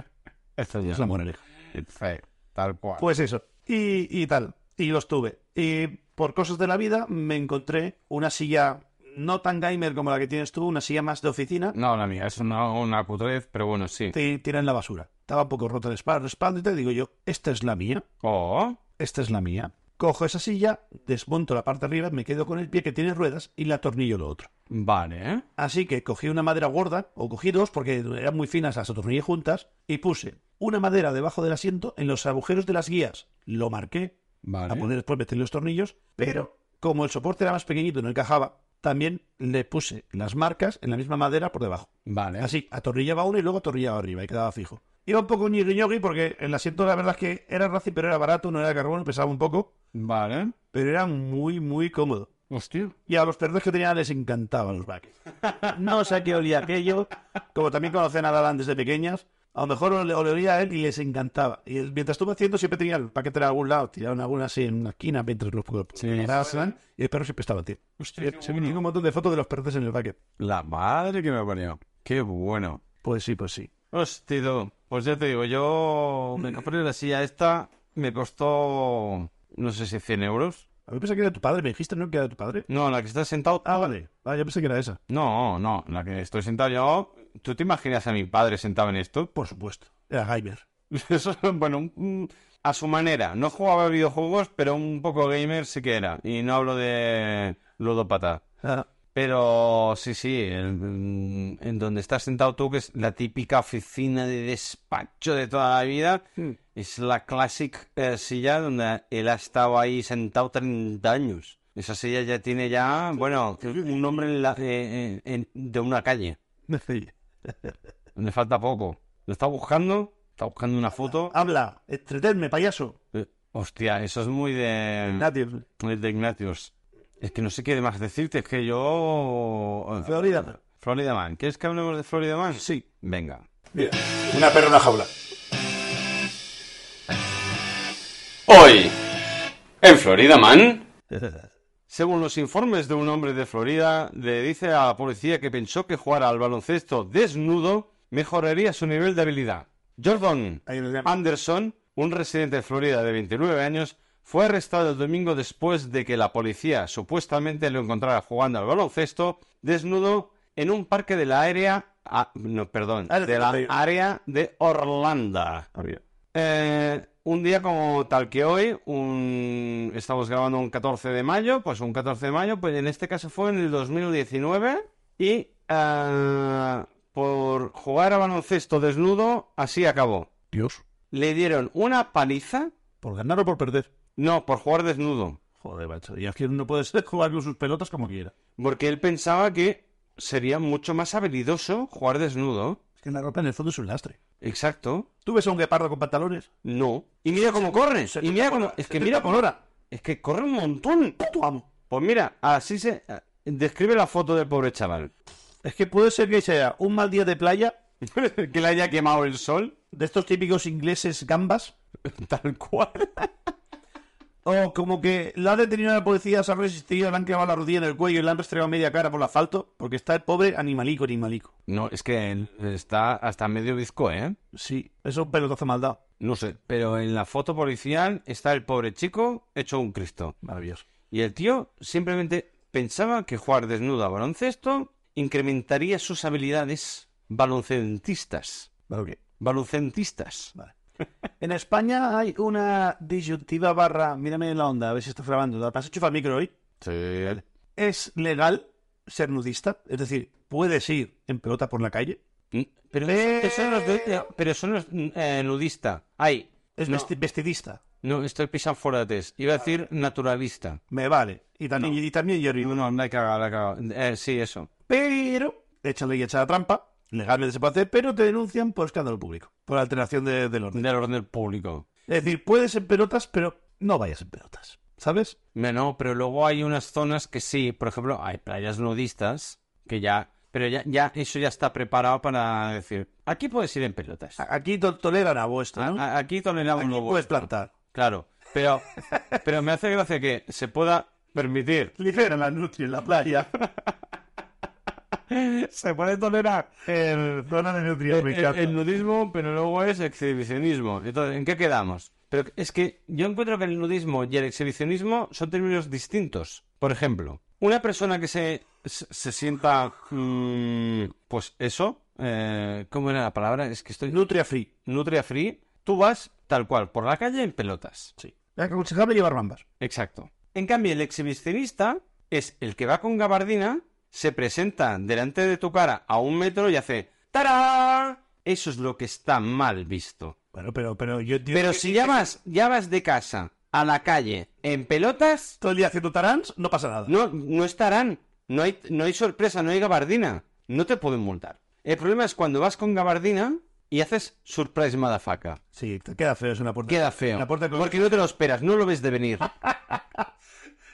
Esto ya.
Es la moraleja.
Sí, Tal cual.
Pues eso. Y, y tal. Y los tuve. Y por cosas de la vida me encontré una silla no tan gamer como la que tienes tú, una silla más de oficina.
No, la mía, es una, una putrez, pero bueno, sí.
Te tiran la basura. Estaba un poco rota de espalda, espalda y te digo yo, esta es la mía,
Oh,
esta es la mía. Cojo esa silla, desmonto la parte de arriba, me quedo con el pie que tiene ruedas y la atornillo lo otro.
vale.
Así que cogí una madera gorda, o cogí dos porque eran muy finas, las atornillé juntas, y puse una madera debajo del asiento en los agujeros de las guías. Lo marqué,
Vale.
a poder después meter los tornillos, pero como el soporte era más pequeñito y no encajaba, también le puse las marcas en la misma madera por debajo.
Vale.
Así, atornillaba uno y luego atornillaba arriba y quedaba fijo. Iba un poco ñigui ñogui porque el asiento la verdad es que era raci pero era barato, no era de carbono, pesaba un poco,
Vale.
pero era muy, muy cómodo.
Hostia.
Y a los perros que tenía les encantaban los baques. No sé a qué olía aquello. Como también conocen a Dalan desde pequeñas, a lo mejor ole- ole- olía a él y les encantaba. Y él, mientras estuve haciendo, siempre tenía el paquete en algún lado, tiraban alguna así en una esquina mientras los
Sí,
paraban, y el perro siempre estaba, tío.
Hostia,
Se me llegó un montón de fotos de los perros en el bucket.
La madre que me parió. Qué bueno.
Pues sí, pues sí.
Hostia, tú. pues ya te digo, yo me compré la silla esta, me costó, no sé si 100 euros.
A mí pensé que era tu padre, me dijiste, ¿no? Que era tu padre.
No, la que está sentado...
Ah, vale. Ah, yo pensé que era esa.
No, no, la que estoy sentado yo... ¿Tú te imaginas a mi padre sentado en esto?
Por supuesto. Era Gaimer.
Eso, bueno, un- un- a su manera. No jugaba a videojuegos, pero un poco gamer sí que era. Y no hablo de ludopata.
Ah,
Pero sí, sí, el- en donde estás sentado tú, que es la típica oficina de despacho de toda la vida, es la classic eh, silla donde él ha estado ahí sentado 30 años. Esa silla ya tiene ya, bueno, un nombre en la- eh, eh, en- de una calle.
me fui.
Le falta poco. Lo está buscando, está buscando una foto.
Habla, entretenme, payaso.
Eh, Hostia, eso es muy
Mm.
de,
Nadie.
de Ignatius. Es que no sé qué más decirte, es que yo...
Florida.
Florida Man. ¿Quieres que hablemos de Florida Man?
Sí.
Venga.
Mira, una perra en una jaula.
Hoy, en Florida Man,
Según los informes de un hombre de Florida, le dice a la policía que pensó que jugar al baloncesto desnudo mejoraría su nivel de habilidad. Jordan
Ahí lo llamo.
Anderson, un residente de Florida de 29 años, fue arrestado el domingo después de que la policía supuestamente lo encontrara jugando al baloncesto desnudo en un parque de la área, ah, no, perdón,
Área
de la
de-
área de Orlando. Eh, un día como tal que hoy, un... estamos grabando un 14 de mayo, pues un 14 de mayo, pues en este caso fue en el 2019 y ah, por jugar a baloncesto desnudo, así acabó.
Dios.
Le dieron una paliza
¿Por ganar o por perder?
No, por jugar desnudo.
Joder, macho. Y aquí uno puede ser jugar con sus pelotas como quiera.
Porque él pensaba que sería mucho más habilidoso jugar desnudo.
Es que la ropa en el fondo es un lastre.
Exacto.
¿Tú ves a un guepardo con pantalones?
No. Y mira cómo corre.
Se- se
Y
te
mira
tapa-
cómo. Es
se
que
te
mira
tapa
por
ahora.
hora. Es que corre un montón.
¡Puto amo!
Pues mira, así se. eh, Describe la foto del pobre chaval.
Es que puede ser que sea un mal día de playa,
que le haya quemado el sol.
de estos típicos ingleses gambas,
Tal cual.
o como que la ha detenido la policía, se ha resistido, le han clavado la rodilla en el cuello y le han restregado media cara por el asfalto, porque está el pobre animalico, animalico.
No, es que él está hasta medio bizco, ¿eh?
Sí, eso es un pelotazo mal dado.
No sé. Pero en la foto policial está el pobre chico hecho un Cristo.
Maravilloso.
Y el tío simplemente pensaba que jugar desnudo a baloncesto incrementaría sus habilidades baloncentistas.
Claro que-
Baloncentistas.
Vale. En España hay una disyuntiva barra, mírame la onda, a ver si estás grabando. ¿Te has hecho al micro hoy?
Sí.
¿Es legal ser nudista? Es decir, ¿puedes ir en pelota por la calle?
Mm, Pero eso no es, de- pero eso no es, eh, nudista. Ay,
¿Es
No.
vesti- vestidista?
no, estoy pisando fuera de test. Iba a decir naturalista.
Me vale. Y también, y también yo
No, no, la he cagado, la he cagado. Eh, sí, eso.
Pero, échale y echa la trampa. Legalmente se puede hacer, pero te denuncian por escándalo público. Por alteración de- del orden.
Del orden público.
Es decir, puedes en pelotas, pero no vayas en pelotas. ¿Sabes?
Mira, No, pero luego hay unas zonas que sí, por ejemplo, hay playas nudistas que ya, pero ya, ya eso ya está preparado para decir, aquí puedes ir en pelotas.
A- Aquí to- toleran a vuestro, ¿no?
A- aquí toleramos
Ah, Aquí
lo
puedes
bueno.
plantar.
Claro, pero, pero me hace gracia que se pueda permitir,
Ligera la nutria en la playa.
se puede tolerar
El zona de nutria,
el, Eh, el nudismo, pero luego es exhibicionismo. Entonces, ¿en qué quedamos? Pero es que yo encuentro que el nudismo y el exhibicionismo son términos distintos. Por ejemplo, una persona que se, se, se sienta... mm, pues eso, eh, ¿cómo era la palabra? Es que estoy...
Nutria free.
Nutria free, tú vas tal cual, por la calle en pelotas.
Sí. Es aconsejable llevar bambas.
Exacto. En cambio, el exhibicionista es el que va con gabardina, se presenta delante de tu cara a un metro y hace ¡Tarán! Eso es lo que está mal visto.
Bueno, pero, pero yo entiendo
Pero
que
si ya vas, ya vas de casa a la calle en pelotas,
todo el día haciendo tarans, no pasa nada.
no, no estarán. No hay, no hay sorpresa, no hay gabardina. No te pueden multar. El problema es cuando vas con gabardina y haces surprise madafaca.
Sí, te queda feo, es una puerta.
Queda feo.
La puerta con-
Porque no te lo esperas, no lo ves de venir.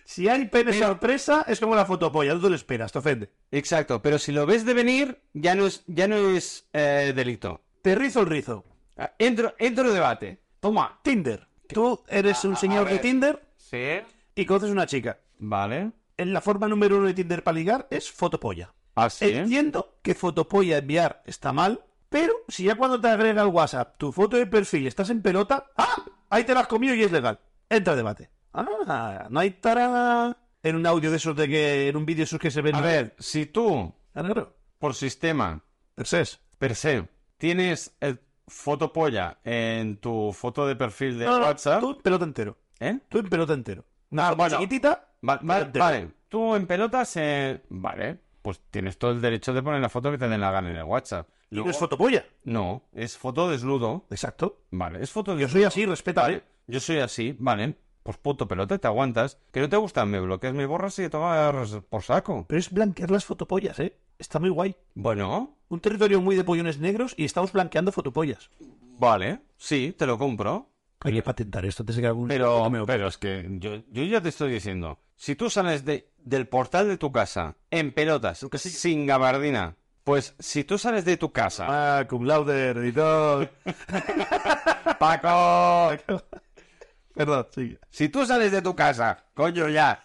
Si hay pene sorpresa, es como la fotopolla, tú te lo esperas, te ofende.
Exacto, pero si lo ves de venir, ya no es, ya no es eh, delito.
Te rizo el rizo.
Ah, Entro, entro debate. Toma.
Tinder. Tú eres un señor de Tinder
Sí.
y conoces una chica.
Vale.
En la forma número uno de Tinder para ligar es fotopolla.
Así.
Entiendo que fotopolla enviar está mal, pero si ya cuando te agrega al WhatsApp tu foto de perfil estás en pelota, ¡ah! Ahí te la has comido y es legal. Entra el debate. Ah, no hay tarada. En un audio de esos de que. En un vídeo de esos que se ven.
A ver, si tú,
Ah, claro.
por sistema,
Ese es.
per se, tienes el fotopolla en tu foto de perfil de
No, no, no,
WhatsApp,
Tú en pelota entero.
¿eh?
Tú en pelota entero. Una
bueno.
chiquitita.
Va- va-
Entero.
vale, tú en pelotas, eh, vale, pues tienes todo el derecho de poner la foto que te den la gana en el WhatsApp.
Y no es fotopolla.
No, es foto desnudo,
Exacto.
vale, es foto
Yo
desnudo.
soy así, respeta.
Vale, yo soy así, vale, pues puto pelota, te aguantas, que no te gusta, me bloqueas, me borras y te tomas por saco.
Pero es blanquear las fotopollas, ¿eh? Está muy guay.
Bueno,
Un territorio muy de pollones negros y estamos blanqueando fotopollas.
vale, sí, te lo compro,
Hay que patentar esto antes de que algún...
Pero, pero es que yo, yo ya te estoy diciendo, si tú sales de, del portal de tu casa en pelotas, sin gabardina, pues si tú sales de tu casa,
Ah, cum laude, editor.
Paco,
Perdón, sí.
si tú sales de tu casa, coño ya,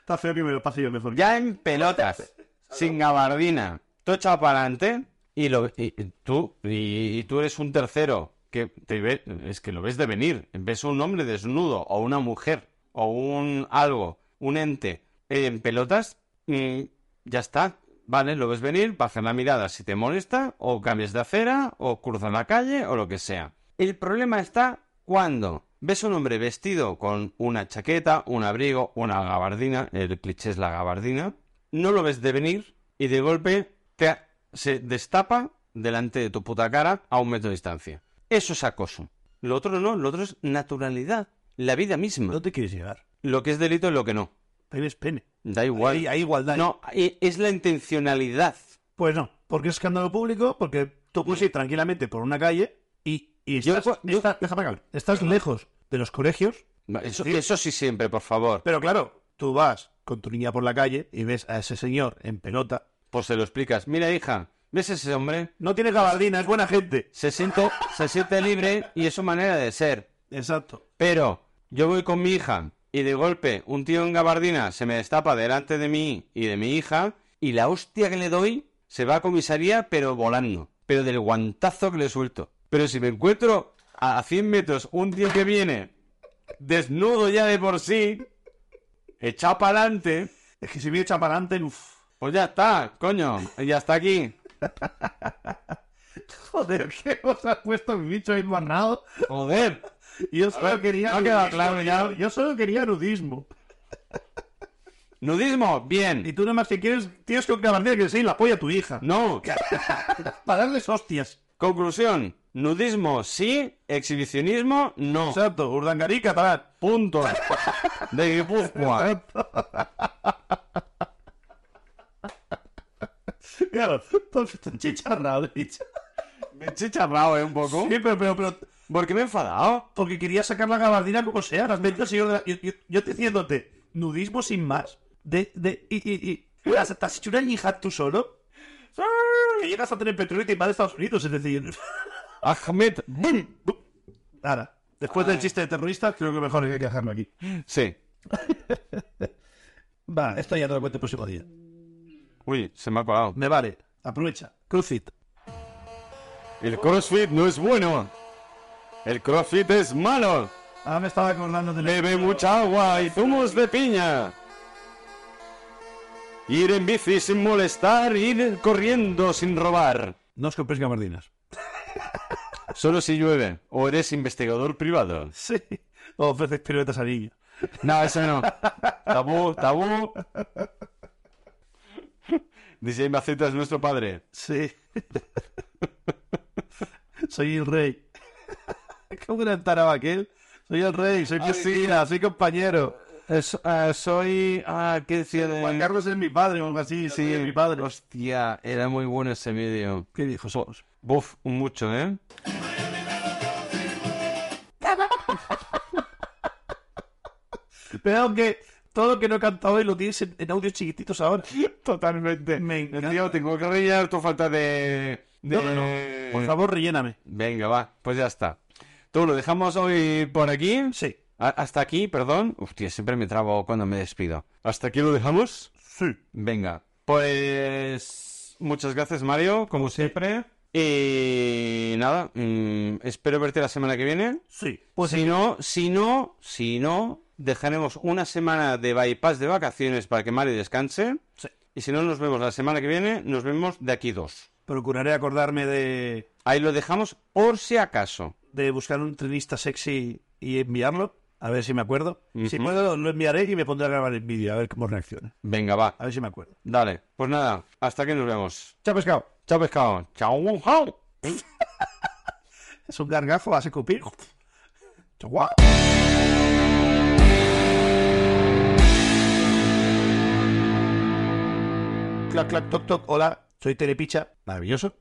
Está feo que me lo pase yo mejor.
ya en pelotas, sin gabardina, tú echado para adelante y, lo, y- y tú, y, y tú eres un tercero que te ve, es que lo ves de venir, ves a un hombre desnudo o una mujer o un algo, un ente en pelotas, mm, ya está, vale, lo ves venir, baja la mirada si te molesta o cambias de acera o cruzas la calle o lo que sea. El problema está cuando ves a un hombre vestido con una chaqueta, un abrigo, una gabardina, el cliché es la gabardina, no lo ves devenir y de golpe te, se destapa delante de tu puta cara a un metro de distancia. Eso es acoso. Lo otro no, lo otro es naturalidad. la vida misma.
¿Dónde quieres llegar?
Lo que es delito y lo que no.
Ahí ves pene.
Da igual.
Ahí- ahí igualdad.
No, e- es la intencionalidad.
Pues no, porque es escándalo público, porque tú puedes ir tranquilamente por una calle y, y
Yo-
estás,
yo-
estás- déjame acabar. estás lejos de los colegios,
Eso, eso sí siempre, por favor.
pero claro, tú vas con tu niña por la calle y ves a ese señor en pelota.
Pues se lo explicas. Mira, hija, ¿ves ese hombre?
No tiene gabardina, es buena gente.
Se siente, se siente libre y es su manera de ser.
Exacto.
Pero yo voy con mi hija y de golpe un tío en gabardina se me destapa delante de mí y de mi hija y la hostia que le doy se va a comisaría pero volando, pero del guantazo que le suelto. Pero si me encuentro a a 100 metros un tío que viene desnudo ya de por sí, echado para adelante,
Es que si me echa para adelante, uff.
pues ya está, coño, ya está aquí.
Joder, ¿qué os ha puesto mi bicho embarnado?
Joder,
Yo solo quería.
no ha quedado claro ya.
Yo solo quería nudismo.
Nudismo,
Y
bien.
tú nomás que quieres, tienes con gabardina que sí, la apoya a tu hija.
No,
Para darles hostias.
conclusión. Nudismo sí, exhibicionismo no.
Exacto, Urdangarí catalán.
Punto. De Guipúzcoa.
Claro, todos están chicharrados, bicho.
Me he chicharrado, ¿eh? Un poco.
Sí, pero, pero, pero,
¿Por qué me he enfadado?
porque quería sacar la gabardina como sea, las ventas, señor. de la- Yo, yo, yo te diciéndote, nudismo sin más. De, de, y, y, y. ¿Has, ¿Te has hecho una hija tú solo? Y llegas a tener petróleo y te invade Estados Unidos, es decir.
Ahmed. ¡Bum!
Ahora, después del chiste de terrorista, creo que mejor hay que dejarlo aquí.
Sí.
Va, esto ya te lo cuento el próximo día.
Uy, se me ha parado.
Me vale, aprovecha. Cruzit.
El CrossFit no es bueno. El CrossFit es malo.
Ah, me estaba acordando de
Bebe mucha agua y zumos de piña. Ir en bici sin molestar, ir corriendo sin robar.
No os compréis gabardinas.
Solo si llueve o eres investigador privado.
Sí. O ofreces piruetas a niños.
No, eso no. Tabú, tabú. Dice Maceta es nuestro padre.
Sí. soy el rey. ¿Cómo era el tarao aquel? ¿eh? Soy el rey, soy piscina, soy compañero.
soy. Ah, ¿qué decía de.?
Juan Carlos es mi padre o algo así. Sí, es mi padre.
Hostia, era muy bueno ese vídeo.
¿Qué viejos somos?
Buf, mucho, ¿eh?
Pero que todo lo que no he cantado hoy lo tienes en, en audios chiquititos ahora.
Totalmente.
Me encanta.
Tío, tengo que rellenar tu falta de. de-
No, no, Por favor, relléname.
Venga, va, pues ya está. Tú lo dejamos hoy por aquí.
Sí.
A- hasta aquí, perdón. Hostia, siempre me trabo cuando me despido. ¿Hasta aquí lo dejamos?
Sí.
Venga, pues muchas gracias Mario, como siempre. Y nada, mm, espero verte la semana que viene.
Sí. Pues
si no, si no, si no, dejaremos una semana de bypass de vacaciones para que Mario descanse.
sí.
Y si no nos vemos la semana que viene, nos vemos de aquí dos.
Procuraré acordarme de,
Ahí lo dejamos por si acaso.
de buscar un trenista sexy y enviarlo. A ver si me acuerdo. Si
Ujú.
puedo, lo enviaré y me pondré a grabar el vídeo a ver cómo reacciona.
Venga, va.
A ver si me acuerdo.
Dale. Pues nada, hasta que nos vemos.
Chao, pescado.
Chao pescado. Chao. chao.
Es un gargafo, vas a escupir. Guau. Clac, clac, toc, toc. Hola, soy Telepicha. Maravilloso.